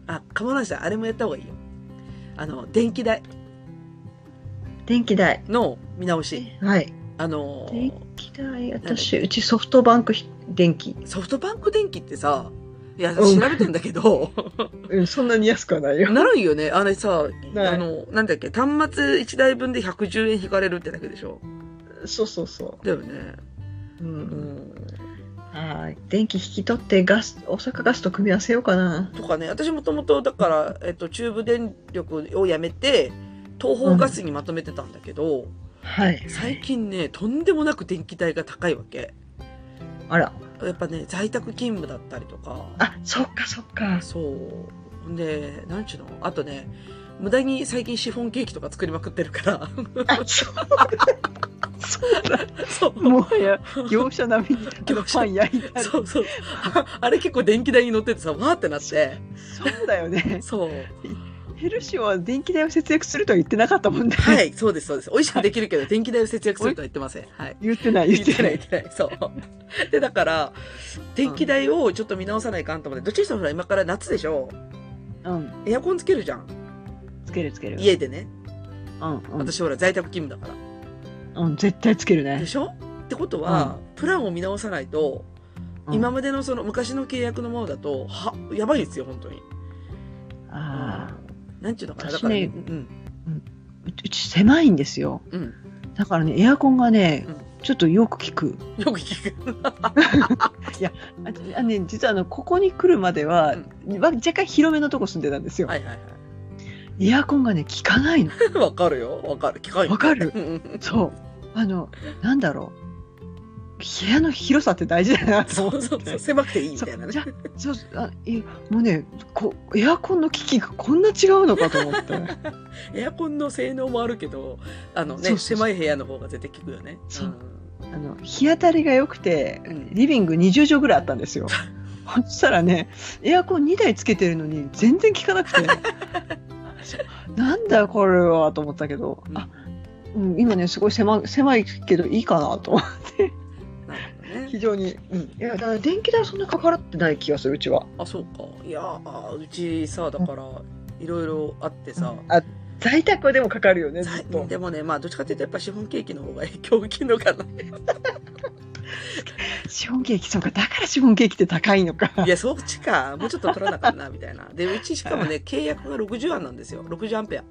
あ、かまなした、あれもやった方がいいよ。あの、電気代電気代の見直し。はいあの、電気代私うちソフトバンクひ電気、ソフトバンク電気ってさ、いや、う調んべてんだけ ど、うん、そんなに安くはないよなるんよね。あれさ、ないあの、なんだっけ、端末1台分で110円引かれるってだけでしょ。そうそうそだよね。う、うんうん。はい電気引き取ってガス大阪ガスと組み合わせようかなとかね私もともとだから、えっと、中部電力をやめて東方ガスにまとめてたんだけど、はい最近ねとんでもなく電気代が高いわけあらやっぱね在宅勤務だったりとかあそっかそっかそうほんでなんちゅうのあとね無駄に最近シフォンケーキとか作りまくってるから あ そうそうもはや業者並みにあの業者パン焼いたりそう そうああれ結構電気代に乗っててさわーってなってそうだよねそうヘルシオは電気代を節約するとは言ってなかったもんね、は、い そうですそうです美味しくできるけど電気代を節約するとは言ってませんはい 言ってない言ってない言ってないそう でだから電気代をちょっと見直さないかんと思ってどっちにしてもほら今から夏でしょうんエアコンつけるじゃんつけるつける家でねうんうん、私ほら在宅勤務だかうん、絶対つけるらでねしょってことは、プランを見直さないと、うん今までのその昔の契約のものだとはやばいんですよ本当にああなんていうのかなだ私から、ねうんううち狭いんですようんだからねエアコンがね、うんちょっとよく効くよく聞 くああね実はあのここに来るまでは、わ若干広めのとこ住んでたんですよ、はいはいはエアコンがね効かない のいわかるよわかる機械わかるうんうんそうあのなんだろう部屋の広さって大事だ な とそ思っうてそうそう狭くていいみたいなそうねじゃそうあいもうねこエアコンの機器がこんな違うのかと思ってエアコンの性能もあるけどあのねそうそうそう狭い部屋の方が絶対効くよねそうんあの日当たりが良くてうんリビング20畳ぐらいあった んですよそしたらねエアコン2台つけてるのに全然効 かなくてそうなんだこれはと思ったけど、うんあうん、今ねすごい狭狭いけどいいかなと思ってなるほどね非常に、うん、いやだから電気代はそんなかからってない気がするうちはあそうかいやーうちさだからいろいろあってさ、あ在宅はでもかかるよねずさっとでもねまあどっちかっていうとやっぱシフォンケーキの方が影響大きいのかなシフォンケーキそうかだからシフォンケーキって高いのかいやそっちかもうちょっと取らなかなみたいなでうちしかもね契約が60案なんですよ60アンペア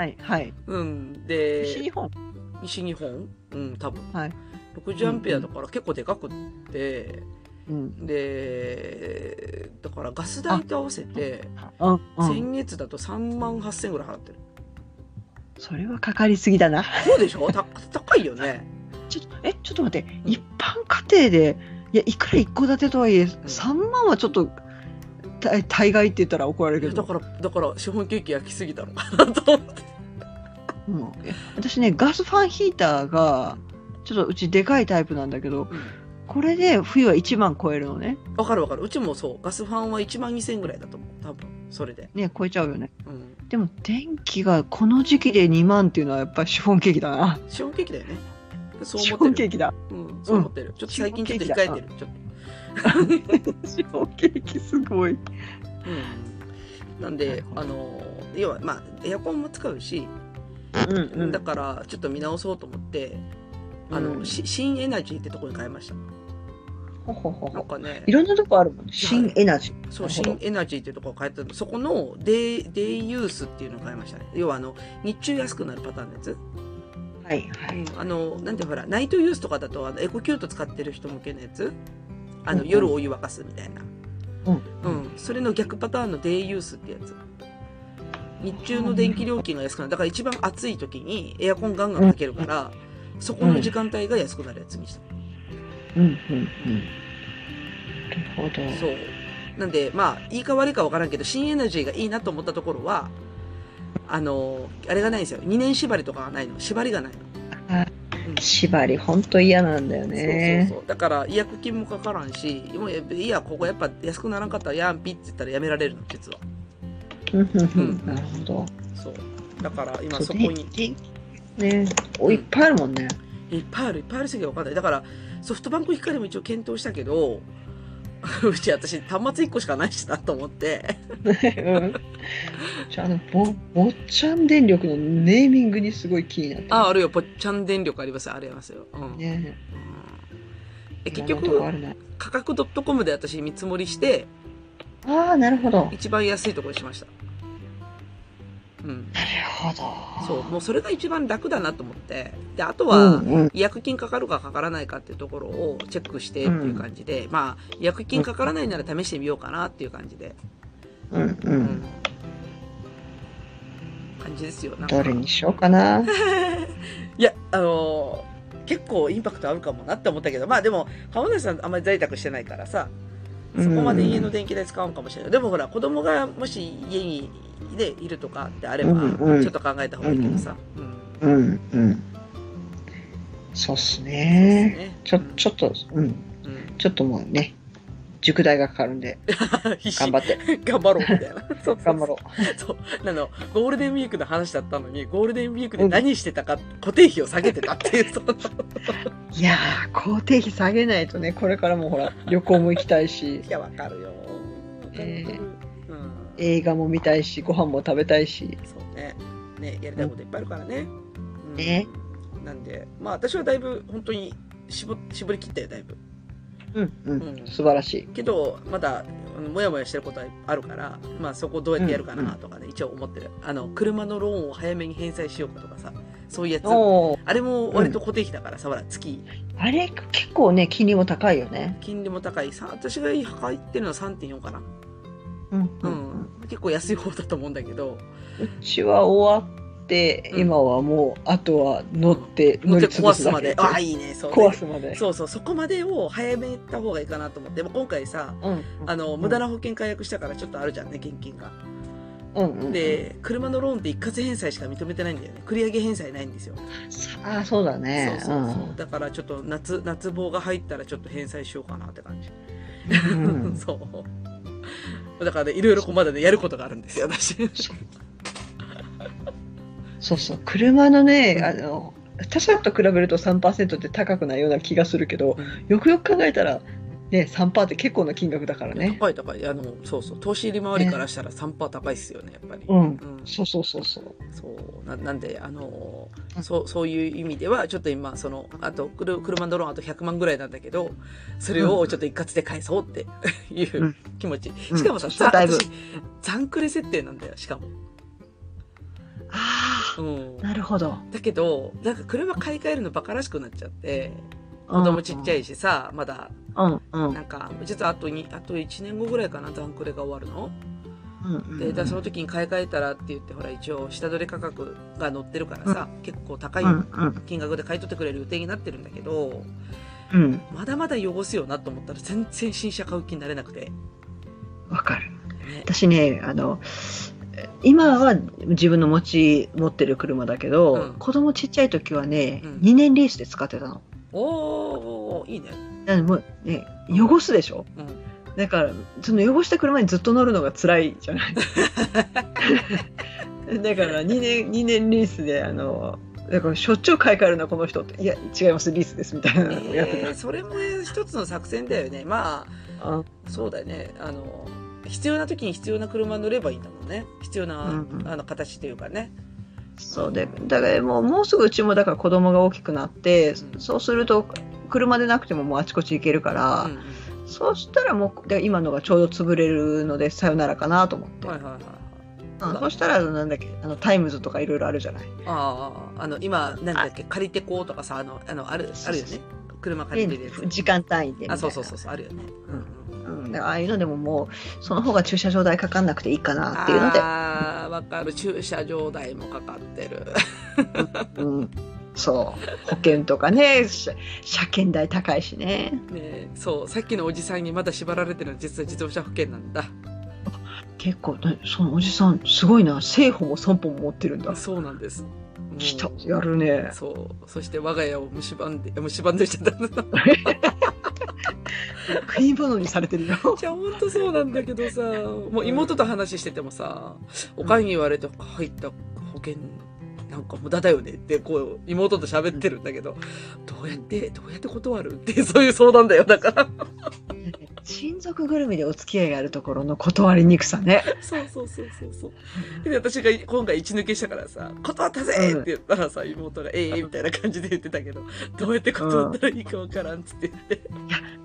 はいはいうんで西日本西日本うん多分、はい60アンペアだから結構でかくって、うんでだからガス代と合わせてうんうん先月だと3万8000ぐらい払ってるそれはかかりすぎだなそうでしょた高いよねちょっとえちょっと待って一般家庭でいやいくら一戸建てとはいえ3万はちょっとた大概って言ったら怒られるいやけだど、からだからシフォンケーキ焼きすぎたのかなと思ってうん、え私ねガスファンヒーターがちょっとうちでかいタイプなんだけどこれで冬は1万超えるのねわかるわかるうちもそうガスファンは1万2000ぐらいだと思う多分それで、ね超えちゃうよねうん、でも電気がこの時期で2万っていうのはやっぱりシフォンケーキだなシフォンケーキだよねそうシフォ思ンってケーる、キだうん、そう思ってる、ちょっと最近ちょっと控えてるちょっとシフォンケーキすごい。うんなんなでるほどあの要はまあエアコンも使うし、うんだからちょっと見直そうと思ってあの、うんし新エナジーってとこに変えましたほほほなんほ。かねいろんなとこあるもんね。新エナジー。そうなるほ新どエナジーっていうところを変えたのそこのデイデイユースっていうのを変えましたね要はあの日中安くなるパターンのやつ、はいはい。あのなんてほらナイトユースとかだとあのエコキュート使ってる人向けのやつあの、うんうん夜お湯沸かすみたいなうんうん、それの逆パターンのデイユースってやつ日中の電気料金が安くなるだから一番暑い時にエアコンガンガンかけるから、そこの時間帯が安くなるやつにした、うんうんうん。なるほど。そうなんでまあいいか悪いかわからんけど新エナジーがいいなと思ったところはあのあれがないんですよ2年縛りとかがないの縛りがないの、うん縛り本当嫌なんだよそうね。そうそうだから違約金もかからんしもうやいやここやっぱ安くならんかったらやんぴって言ったらやめられるの実はうんうんううんん。なるほど。そうだから今そうそこに電気ね。おいっぱいあるもんね。いっぱいあるいっぱいあるすぎてわかんないだからソフトバンク光も一応検討したけど うち私端末1個しかないしなと思ってうん。じゃああのぼぼっちゃん電力のネーミングにすごい気になってああるよぽっちゃん電力ありますよありますよ、うんね。え結いろんなとこあ局るな。価格 .com で私見積もりしてああなるほど。なる一番安いところにしましたうんほど。そうもうそれが一番楽だなと思ってであとうは、んうん。違約金かかるかかからないかっていうところをチェックしてっていう感じで、まあ違約金かからないなら試してみようかなっていう感じで、うんう。うん感じですよなんかどれにしようかな。いやあのー結構インパクトあるかもなって思ったけどまあでも浜田さんあんまり在宅してないからさそこまで家の電気代使うんかもしれない、でもほら子供がもし家に、ね、いるとかってあれば、うんうんちょっと考えた方がいいけどさ、うんうんうん。そうっすね。ねちょちょっとうん うんちょっともうね塾代がかかるん で必死頑張って頑張ろうみたい なそうそうそう頑張ろそうあのゴールデンウィークの話だったのにゴールデンウィークで何してたか、固定費を下げてたっていうそのう。いやー工程費下げないとねこれからもほら旅行も行きたいしいやわかるよ、ええうん、映画も見たいしご飯も食べたいし。そうねねやりたいこといっぱいあるからね、うんねなんでまあ私はだいぶ本当に絞絞り切ったよだいぶうんううんん素晴らしい。けどまだあのモヤモヤしてることはあるから、まあ、そこどうやってやるかなとかね、一応思ってるあの車のローンを早めに返済しようかとかさそういうやつおおあれも割と固定費だからさ、ほら月あれ結構ね金利も高いよね。金利も高いさ私が入ってるのは3.4かな、うんうん結構安い方だと思うんだけどうちは終わって、うん今はもうあとは乗っても乗うりちょっと潰壊すすまだけで。ああ、いいね。そうね壊すまでそうそう、そこまでを早めた方がいいかなと思って、もう今回さ、うんあの、無駄な保険解約したからちょっとあるじゃんね、現金が。うんうんで、車のローンって一括返済しか認めてないんだよね。繰り上げ返済ないんですよ。ああそうだねそうそうそう。だからちょっと夏、夏棒が入ったらちょっと返済しようかなって感じ。うんう んそう。だからね、いろいろこうまだね、やることがあるんですよ、私。そうそう車のねあの他社と比べると3%って高くないような気がするけどよくよく考えたらね3%って結構な金額だからね高い高い。あの、そうそう。投資利回りからしたら3%高いっすよね、やっぱり。うんうんそうそうそうそうそうななんであのーうんそうそういう意味ではちょっと今そのあとくる車のローンあと100万ぐらいなんだけどそれをちょっと一括で返そうって いううん気持ち、うんしかもさ、そしざたらだいぶ私残クレ設定なんだよしかも、あうんあ、なるほどだけどなんか車買い替えるのバカらしくなっちゃって子供ちっちゃいいしさまだうんうんうんなんか実はあとにあと1年後ぐらいかな残クレが終わるのうんでだからその時に買い替えたらって言ってほら一応下取り価格が載ってるからさ、結構高いよ、金額で買い取ってくれる予定になってるんだけどうんうんまだまだ汚すよなと思ったら全然新車買う気になれなくて、わかるね、私ねあの今は自分の持ち持ってる車だけど、うん子供ちっちゃい時はね、うん2年リースで使ってたの。おーいいね、なのでもうね汚すでしょうん、だからその汚した車にずっと乗るのが辛いじ ゃないだから2年二年リースであのだからしょっちゅう買い替えるなこの人っていや違いますリースですみたいなのをやってた、えーそれも一つの作戦だよねまああそうだよねあの必要な時に必要な車乗ればいいんだもんね必要な、うんうんあの形というかねそうでだからもうもうすぐうちもだから子供が大きくなって、うんそうすると車でなくてももうあちこち行けるから、うんうんそうしたらもうで今のがちょうど潰れるのでさよならかなと思って、はいはいはいはいうんそしたらなんだっけあのタイムズとかいろいろあるじゃないあああの今なんだっけ借りてこうとかさあのあのあるあるよそうそうね車借りてるやつ時間単位でみたいなあそうそうそうそうあるよね、うんうんうん、だからああいうのでももうその方が駐車場代かかんなくていいかなっていうので、ああ、わかる。駐車場代もかかってる。 うん、そう保険とかねし車検代高いしねねえそう、さっきのおじさんにまだ縛られてるのは実は自動車保険なんだ。結構ねそのおじさんすごいな生保も三本も持ってるんだそうなんです。もう来たやるねそう。そして我が家を蝕んで、蝕んでちゃったんだ。食い物にされ てるよじゃあ本当そうなんだけどさ、もう妹と話しててもさ、おかんに言われて入った保険なんか無駄だよねってこう妹と喋ってるんだけど、どうやって、どうやって断るってそういう相談だよ。だから。親族ぐるみでお付き合いがあるところの断りにくさねそうそうそうそうそう。で、私が今回一抜けしたからさ、断ったぜって言ったらさ、妹が、ええみたいな感じで言ってたけど、どうやって断ったらいいかわからんっつって言って。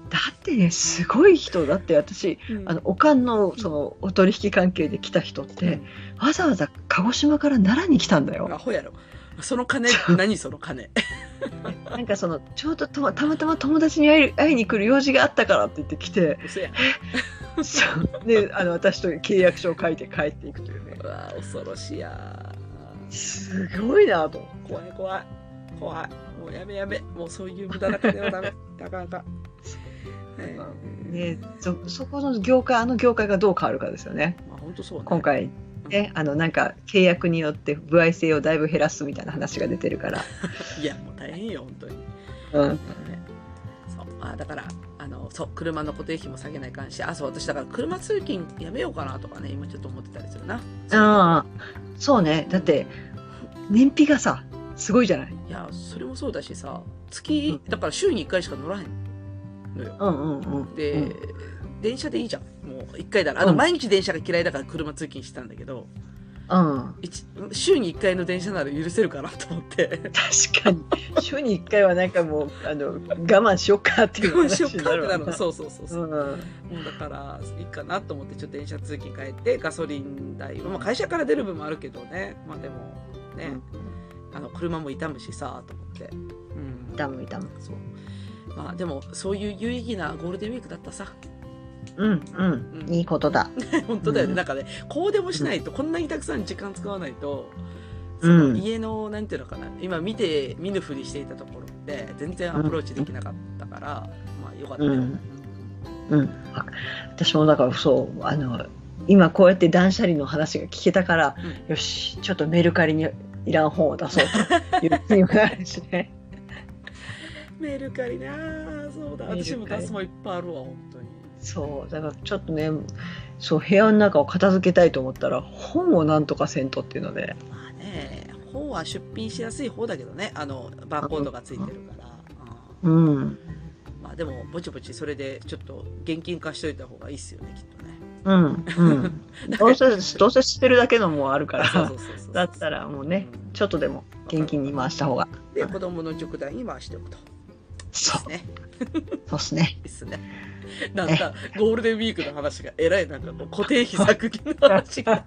だってねすごい人だって私あのおかんのそのお取引関係で来た人って、わざわざ鹿児島から奈良に来たんだうん、アよホやろ。その金、何その金。なんかそのちょうどともたまたま友達に会える会いに来る用事があったからって言って 来て嘘やん。そうであの私と契約書を書いて帰っていくというねうわ恐ろしいや。すごいなと思って怖い怖い。怖い。もうやめやめ。もうそういう無駄な金はダメ。なかなか。ね、そそこの業界あの業界がどう変わるかですよねまあ本当そうね。今。回ねあのなんか契約によって歩合制をだいぶ減らすみたいな話が出てるから、いや、もう大変よ、本当に。うん、そうあだからあのそう車の固定費も下げないかんしあそう私だから車通勤やめようかなとかね今ちょっと思ってたりするなああそうねだって燃費がさすごいじゃないいやそれもそうだしさ月だから週に1回しか乗らへんのようんうんうんで、うん電車でいいじゃんもう1回だらあの、うん毎日電車が嫌いだから車通勤してたんだけどうん一週に1回の電車なら許せるかなと思って確かに週に1回はなんかもうあの我慢しよっかっていう我慢しよ話うかにっなてなるわるの なそうそうそうそううんもうだからいいかなと思ってちょっと電車通勤変えてガソリン代、まあ、会社から出る分もあるけどねまあでもね、あの車も傷むしさと思って、うん、痛む痛むそうまあでもそういう有意義なゴールデンウィークだったさうんうん、いいことだ本当だよね、うんなんかねこうでもしないとこんなにたくさん時間使わないとそのうん家のなんていうのかな今見て見ぬふりしていたところって全然アプローチできなかったから、まあよかったよ、うんうん、あ私もだからそうあの今こうやって断捨離の話が聞けたから、うんよしちょっとメルカリにいらん本を出そうという気にもなるし ねメルカリなあそうだメルカリ私も出すもんいっぱいあるわ本当にそうだからちょっとねそう部屋の中を片付けたいと思ったら本をなんとかせんとっていうのでまあね本は出品しやすい方だけどねあのバーコードがついてるから、うんうんまあでもぼちぼちそれでちょっと現金化しといた方がいいっすよねきっとねうん うん、どうせどうせ捨てるだけのもあるからそうそうそうそうだったらもうねちょっとでも現金に回した方がで子供の塾代に回しておくとそうねそうっすねいいっす ねなんかゴールデンウィークの話がえらいなんかこう固定費削減の話 が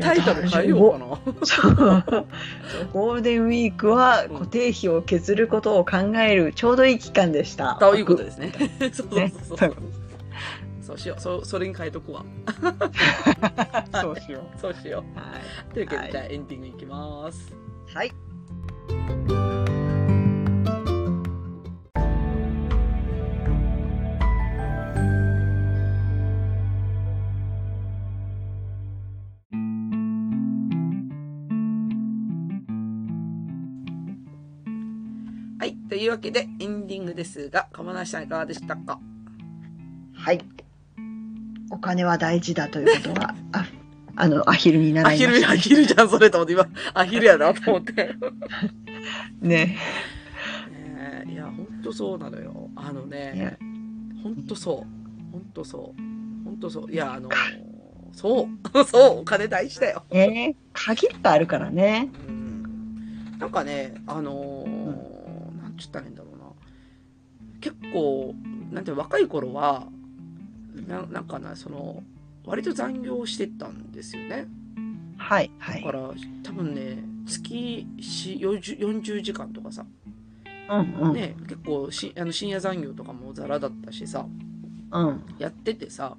タイトル変えようかなそうゴールデンウィークは固定費を削ることを考えるちょうどいい期間でした。ということですね。 そうそうねそうそ多う。そうしよう。そそれに変えとくわ。そうしよそうしよう。はう。というわけで、はいじゃあエンディングいきます。い。はい。はい。というわけで、エンディングですが、釜梨さんいかがでしたかはいお金は大事だということは、ああの、アヒルにア習いヒましル、た。アヒルじゃん、それと思って、今、アヒルやなと思 って。ねね。えいや、ほんとそうなのよ。あのねね、ほんとそう。ほんとそう。ほんとそう。いや、あの、そう。 そう、お金大事だよ。ね限りがあるからね。うんなんかね、あのーなんちゅったらいいんだろうな。結構、なんていうの若い頃は、ななんかな、その、割と残業してたんですよね。はい。はだいか。ら、多分ね、月し40 40時間とかさ、うんうん。ね、結構しあの深夜残業とかもザラだったしさ、うんやっててさ、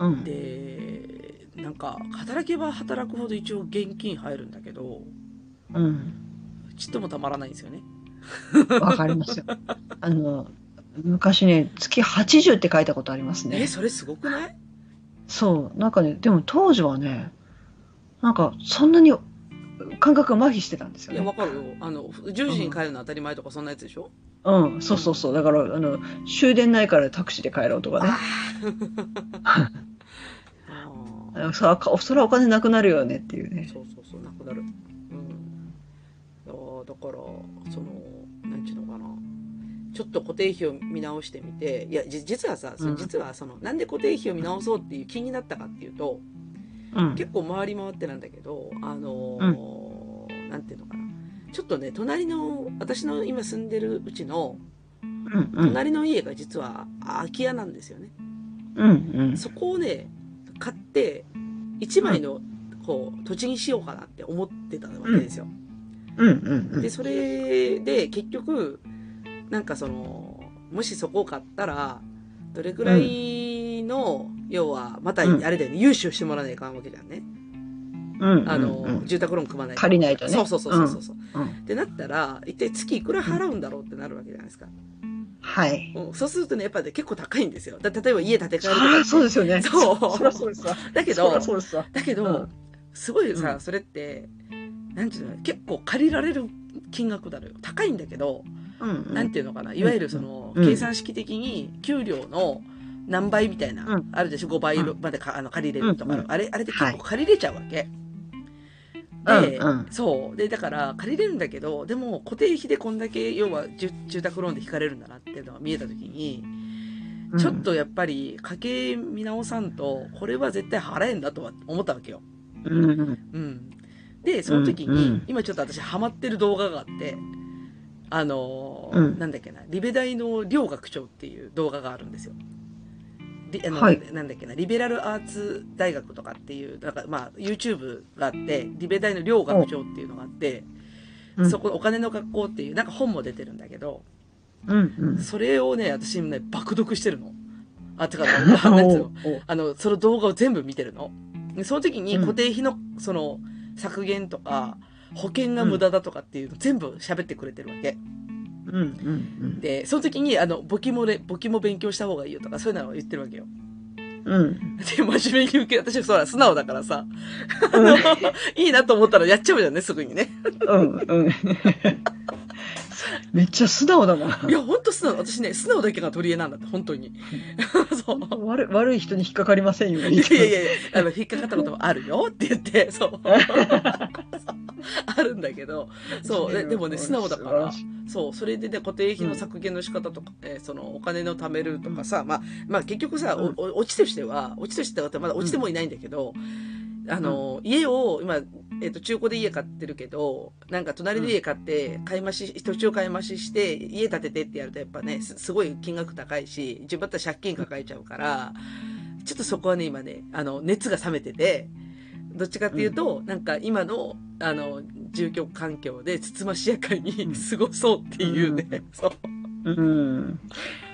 うん。で、なんか、働けば働くほど一応現金入るんだけど、うん。ちっともたまらないんですよね。わかりますよ。あの、昔ね、月80って書いたことありますねえ、。それすごくないそう、なんかね、でも当時はね、なんかそんなに感覚が麻痺してたんですいよや、わね。かるよ。あの、10時に帰るの当たり前とか、そんなやつでしょ、うん、そうそうそう。だから、あの、終電ないからタクシーで帰ろうとかね。ああのさあ、そらお金なくなるよねっていうーね。そうそうそう、なくなる。うん。いやーだから、その、なんちゅうのかな。ちょっと固定費を見直してみて、いや、じ実はさ、そのうん実はその、なんで固定費を見直そうっていう気になったかっていうと、うん。結構回り回ってなんだけど、あのーなんていうのかな。ちょっとね、隣の、私の今住んでるうちの、うんうん。隣の家が実は空き家なんですよね。うんうん。そこをね、買って、一枚の、こう、土地にしようかなって思ってたわけですよ。うんうんうんで、。それで、結局、なんかその、もしそこを買ったら、どれくらいの、要は、また、うんあれだよね、融資をしてもらわないかんわけじゃんね。うんうんあうの、ん住宅ローン組まないと借りないとね。そうそうそうそうそう。うんうんってなったら、一体月いくら払うんだろうってなるわけじゃないですか。はい。うんそうするとね、やっぱね、結構高いんですよ。だ例えば家建て替えるとそかりね、ゃそうですよね。そうそりゃそうですわ。だけそりどゃ、そうですわ。だけど、うんすごいさ、うんそれって、なんていうの、結構借りられる金額だのよ。高いんだけど、うんうん。なんていうのかな、いわゆるその、うん計算式的に給料の何倍みたいな、うんあるでしょ、5倍までかあの借りれるとかある、うんあれ、あれって結はい構借りれちゃうわけ。で、うんうんそう。で、だから、借りれるんだけど、でも、固定費でこんだけ、要は、住住宅ローンで引かれるんだなっていうのが見えたときに、うんちょっ。とやっぱり、家計見直さんと、これは絶対払えんだとは思ったわけよ。うんうん。うん。で、その時に、うんうん今ちょっと私ハマってる動画があって、あのーうんなんだっけな、リベ大の両学長っていう動画があるんですよ。リあのはいなんだっけな、リベラルアーツ大学とかっていう、なんかまあ YouTube があって、リベ大の両学長っていうのがあって、うんそこお金の学校っていう、なんか本も出てるんだけど、うんうん。それをね、私ね、爆読してるの。あ、てか、 おなんつうの、おあの、その動画を全部見てるの。でその時にうん固定費の、その、削減とか、保険が無駄だとかっていうの全部喋ってくれてるわけ。うんうんで、その時に、あの、簿記もれ、簿記も勉強した方がいいよとか、そういうのを言ってるわけよ。 うんうんで、真面目に受け、私はそうだ素直だからさ、あの いいなと思ったらやっちゃうじゃんね、すぐにね。うんうんめっちゃ素直だないや、ほんと素直。私ね、素直だけが取り柄なんだって、本当に。 そう。悪い悪い人に引っかかりませんよういにやいやいやいや、あの、引っかかったこともあるよって言って、 そう。あるんだけど、そう。ででもね、素直だから。そう、それでね、固定費の削減の仕方とか、えーその、お金の貯めるとかさ、まあ、まあ結局さ、おお落ちとしては、落ちとしては、まだ落ちてもいないんだけど、あの、家を、今、えっ、と、中古で家買ってるけど、なんか隣で家買って、買い増し、土地を買い増しして、家建ててってやると、やっぱねす、すごい金額高いし、自分だったら借金抱えちゃうから、ちょっとそこはね、今ね、あの、熱が冷めてて、どっちかっていうと、なんか今の、あの、住居環境でつつましやかに過ごそうっていうね、そう。うん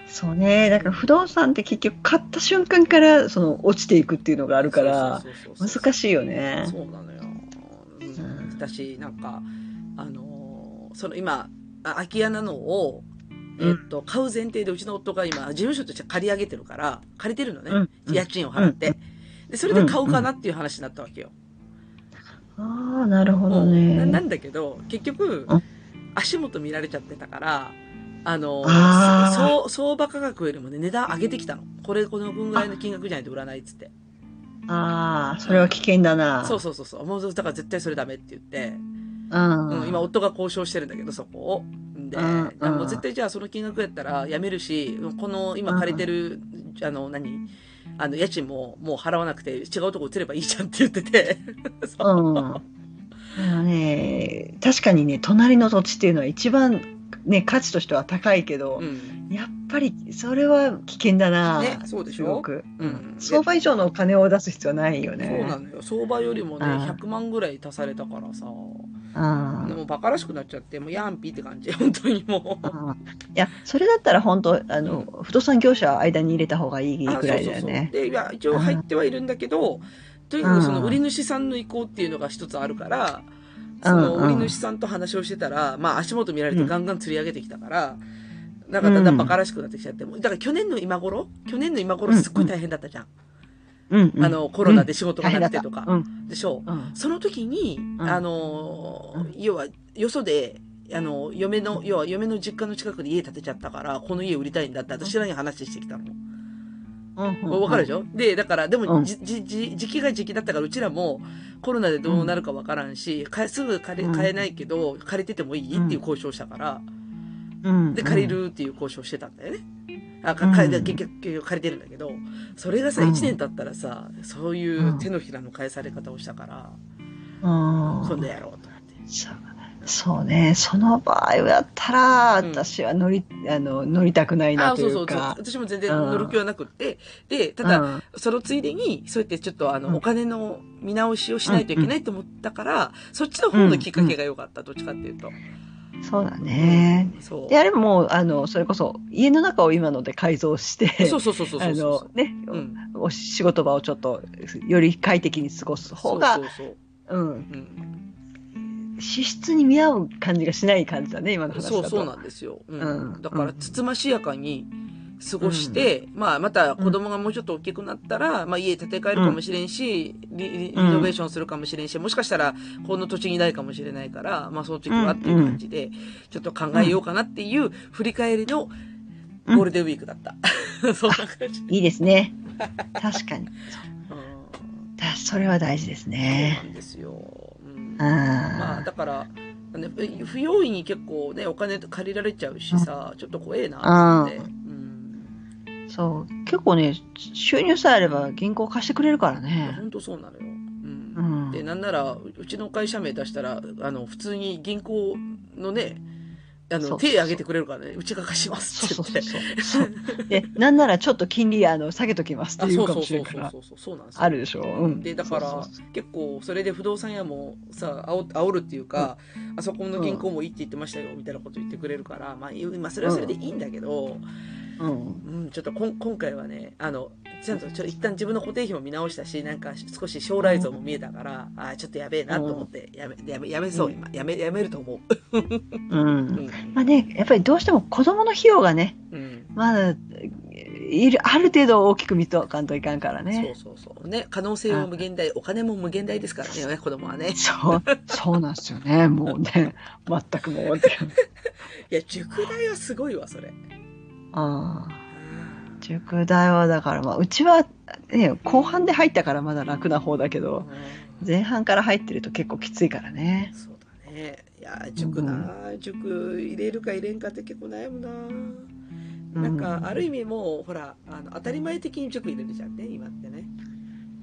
そうねだから不動産って結局買った瞬間からその落ちていくっていうのがあるからそうそうそうそう、難しいよねそうなのよ。うん、だし、なんか、あのーその今、あ空き家なのを、うんえっと、買う前提で、うちの夫が今、事務所として借り上げてるから、借りてるのね。うんうん家賃を払って。で、それで買おうかなっていう話になったわけよ。ああなるほどななねんだけど、結局うん、足元見られちゃってたから、あのあーそう相場価格よりもね、値段上げてきたの。これ、この分ぐらいの金額じゃないと売らないっつって。ああそれは危険だなそうそうそうそう。もう、だから絶対それダメって言って。うんうん、今夫が交渉してるんだけどそこを。で、うんだからもううん絶対じゃあその金額やったら辞めるしこの今借りてる、あの何あの家賃ももう払わなくて違うとこ移ればいいじゃんって言ってて そううん。あのね、確かにね、隣の土地っていうのは一番ね、価値としては高いけどう、んやっぱりそれは危険だな。ねそうでしょすごく。うん相場以上のお金を出す必要はないよそね。うなのよ相場よりもねうん100万ぐらい足されたからさあでもバカらしくなっちゃってもうヤンピーって感じ 本当にもう。あいや、それだったら本当、あの、不動産業者は間に入れた方がいいあぐらいだよそうそうそうね。で、いや、一応入ってはいるんだけど、とにかくその売り主さんの意向っていうのが一つあるから、そのうんう売んり主さんと話をしてたら、まあ足元見られてガンガン釣り上げてきたから、なんかだんだんバカらしくなってきちゃって、もうだから去年の今頃去年の今頃すっごい大変だったじゃん。うんうんあ、の、コロナで仕事が大変なだっくてた。とか。うんでしょう。うんその時に、んあのーうん、要は、よそで、あの、嫁の、要は嫁の実家の近くで家建てちゃったから、この家売りたいんだって私らに話してきたの。うんわかるでしょ、で、だから、でうも、んじ、じ、じ、時期が時期だったから、うちらもコロナでどうなるかわからんし、かすぐ借り、うん買えないけど、借りててもいいっていう交渉したから、うんで、借り。るっていう交渉してたんだよね。あ、か、借り、うん結局、結局借りてるんだけど、それがさ、うん1年経ったらさ、そういう手のひらの返され方をしたから、うん。今度やろうと思って。そうそうね、その場合だったら、うん私は乗り、あの、乗りたくないなあ、とそういそううそう。か。私も全然乗る気はなくって、で、ただ、だ、そのついでに、そうやってちょっとあの、うんお金の見直しをしないといけないと思ったから、そっちの方のきっかけが良かった、どっちかっていうと。そうだね。そう。であればもう、あの、それこそ、家の中を今ので改造して、そうそうそうそうそう。あの、ね、うん、お仕事場をちょっと、より快適に過ごす方が、そうそうそううん、うん、支出に見合う感じがしない感じだね、今の話だそと。うそうなんですよ。うんうんだから、つつましやかに過ごして、まあ、また子供がもうちょっと大きくなったら、まあ、家建て替えるかもしれんし、リリリノベーションするかもしれんし、もしかしたら、この土地にないかもしれないから、まあ、その時はっていう感じで、ちょっと考えようかなっていう振り返りのゴールデンウィークだった。 そんな感じ。いいですね。確かに。 うんだそれは大事ですそうなね。んですよ。うんまああだから、ね、不用意に結構ね、お金借りられちゃうしさ、ちょっと怖えなと思って。ううん。あ、そう。結構ね、収入さえあれば銀行貸してくれるからいやね。本当そうなのよ。うん。うんで、なんなら、うちの会社名出したら、あの、普通に銀行のね、あの、そうそうそう手挙げてくれるからね、うちが貸しますってそ言っうそうて。そうそう。で、なんならちょっと金利あの下げときますってあ、言そううかそうもしそれんうかそうらそ。うそう、そうなんですよあるでしょ。うん。で、だから、そうそうそう結構、それで不動産屋もさ、あお煽るっていうか、あそこの銀行もいいって言ってましたよ、みたいなこと言ってくれるから、まあ、今それはそれでいいんだけど、うん。うん、ちょっとこん今回はね、あの、ちゃんとちょっと一旦自分の固定費も見直したし、なんか少し将来像も見えたから、あーちょっとやべえなと思って、やめ、やめ、やめそう、うん今。やめ、やめると思うんう。うん。まあね、やっぱりどうしても子供の費用がね、うん。まだ、いる、ある程度大きく見とかんといかんからそうね。そうそう。ね、可能性は無限大、お金も無限大ですからね、子供はね。そう、そうなんですよね。もうね、全くもう。いや、塾代はすごいわ、それ。ああ。塾代はだから、まあ、うちは、ね、後半で入ったからまだ楽な方だけうど、ん前半から入ってると結構きついからね。そうだね。いや、塾な、塾入れるか入れんかって結構悩むな。なんか、ある意味もう、ほら、あの、当たり前的に塾入れるじゃんね、今ってね。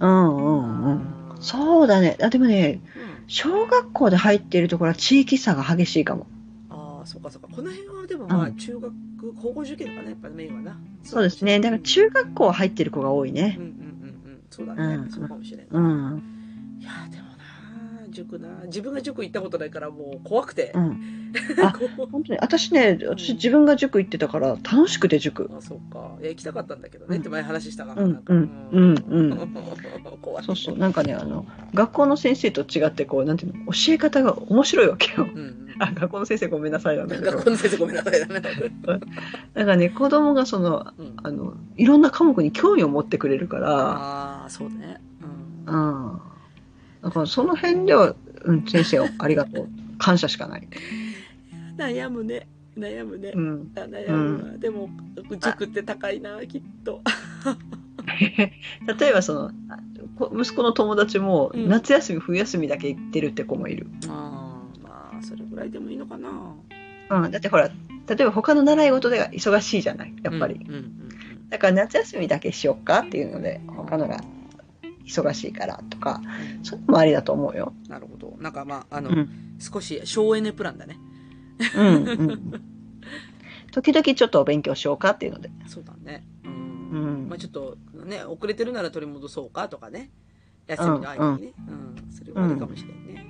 うんうんうん。そうだね。あ、でもね、うん小学校で入ってるところは地域差が激しいかも。ああ、そうかそうか。この辺はでもまうあ、中学、高校受験かな、やっぱメインはな。そうですね。だからう中学校入ってる子が多いんねう。んうんうんうん。そうだね。うんそうかもしれん。ういん。やー、でもなー、塾なー、自分が塾行ったことないからもう怖くてう。ん。 あこう本当に。私ね、私自分が塾行ってたから楽しくて塾。あ、そうか。いや、行きたかったんだけどねって前話したから。うんなんかうんうんうん。 怖い。そうそう。なんかね、あの、学校の先生と違って、こう、なんていうの、教え方が面白いわけよ。 うんうん。あ、学校の先生ごめんなさいなんだけど学校の先生ごめんなさいだね。なんかね、子供がその、うんあの、いろんな科目に興味を持ってくれるから、ああ、そうね。うんうん。だからその辺では、うん、先生をありがとう。感謝しかない。悩むね。悩むねう。ん。 あ悩むわ。でも、塾って高いな、きっと。例えばその、あこ息子の友達も、うん夏休み、冬休みだけ行ってるって子もいる。ああまあそれぐらいでもいいのかなうん。だってほら、例えば他の習い事で忙しいじゃない、やっぱり。うんうんだから夏休みだけしよっかっていうので、他のが忙しいからとか、そういうのもありだと思うよ。うんなるほどなんかまああの、うん。少し省エネプランだねうん。 うん。時々ちょっとお勉強しようかっていうので。そうだねう、うんんまあ。ちょっとね遅れてるなら取り戻そうかとかね休みの間にね、うんそれはいいかもしれんね、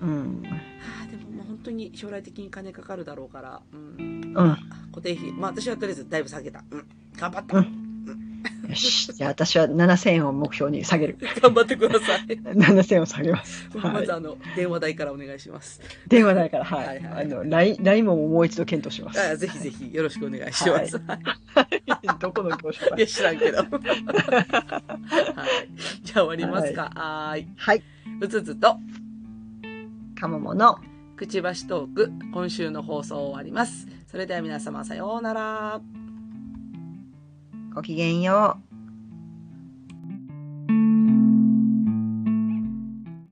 うん。はあでももう本当に将来的に金かかるだろうから、うん、うん。固定費まあ私はとりあえずだいぶ下げた、うん、頑張った、うんよし。じゃあ私は7000円を目標に下げる。頑張ってください7000円を下 げます。はまいず。あの電話代からお願いし ます電話ないから、はい。はいはいあの、LINE LINE ももう一度検討します。あぜひぜひよろしくお願いします、はいはい。どこの業者 かいや、知らんけど。はい。じゃあ終わりますか。はーい。はい。うつつと、かももの。くちばしトーク、今週の放送終わります。それでは皆様、さようなら。ごきげんよう。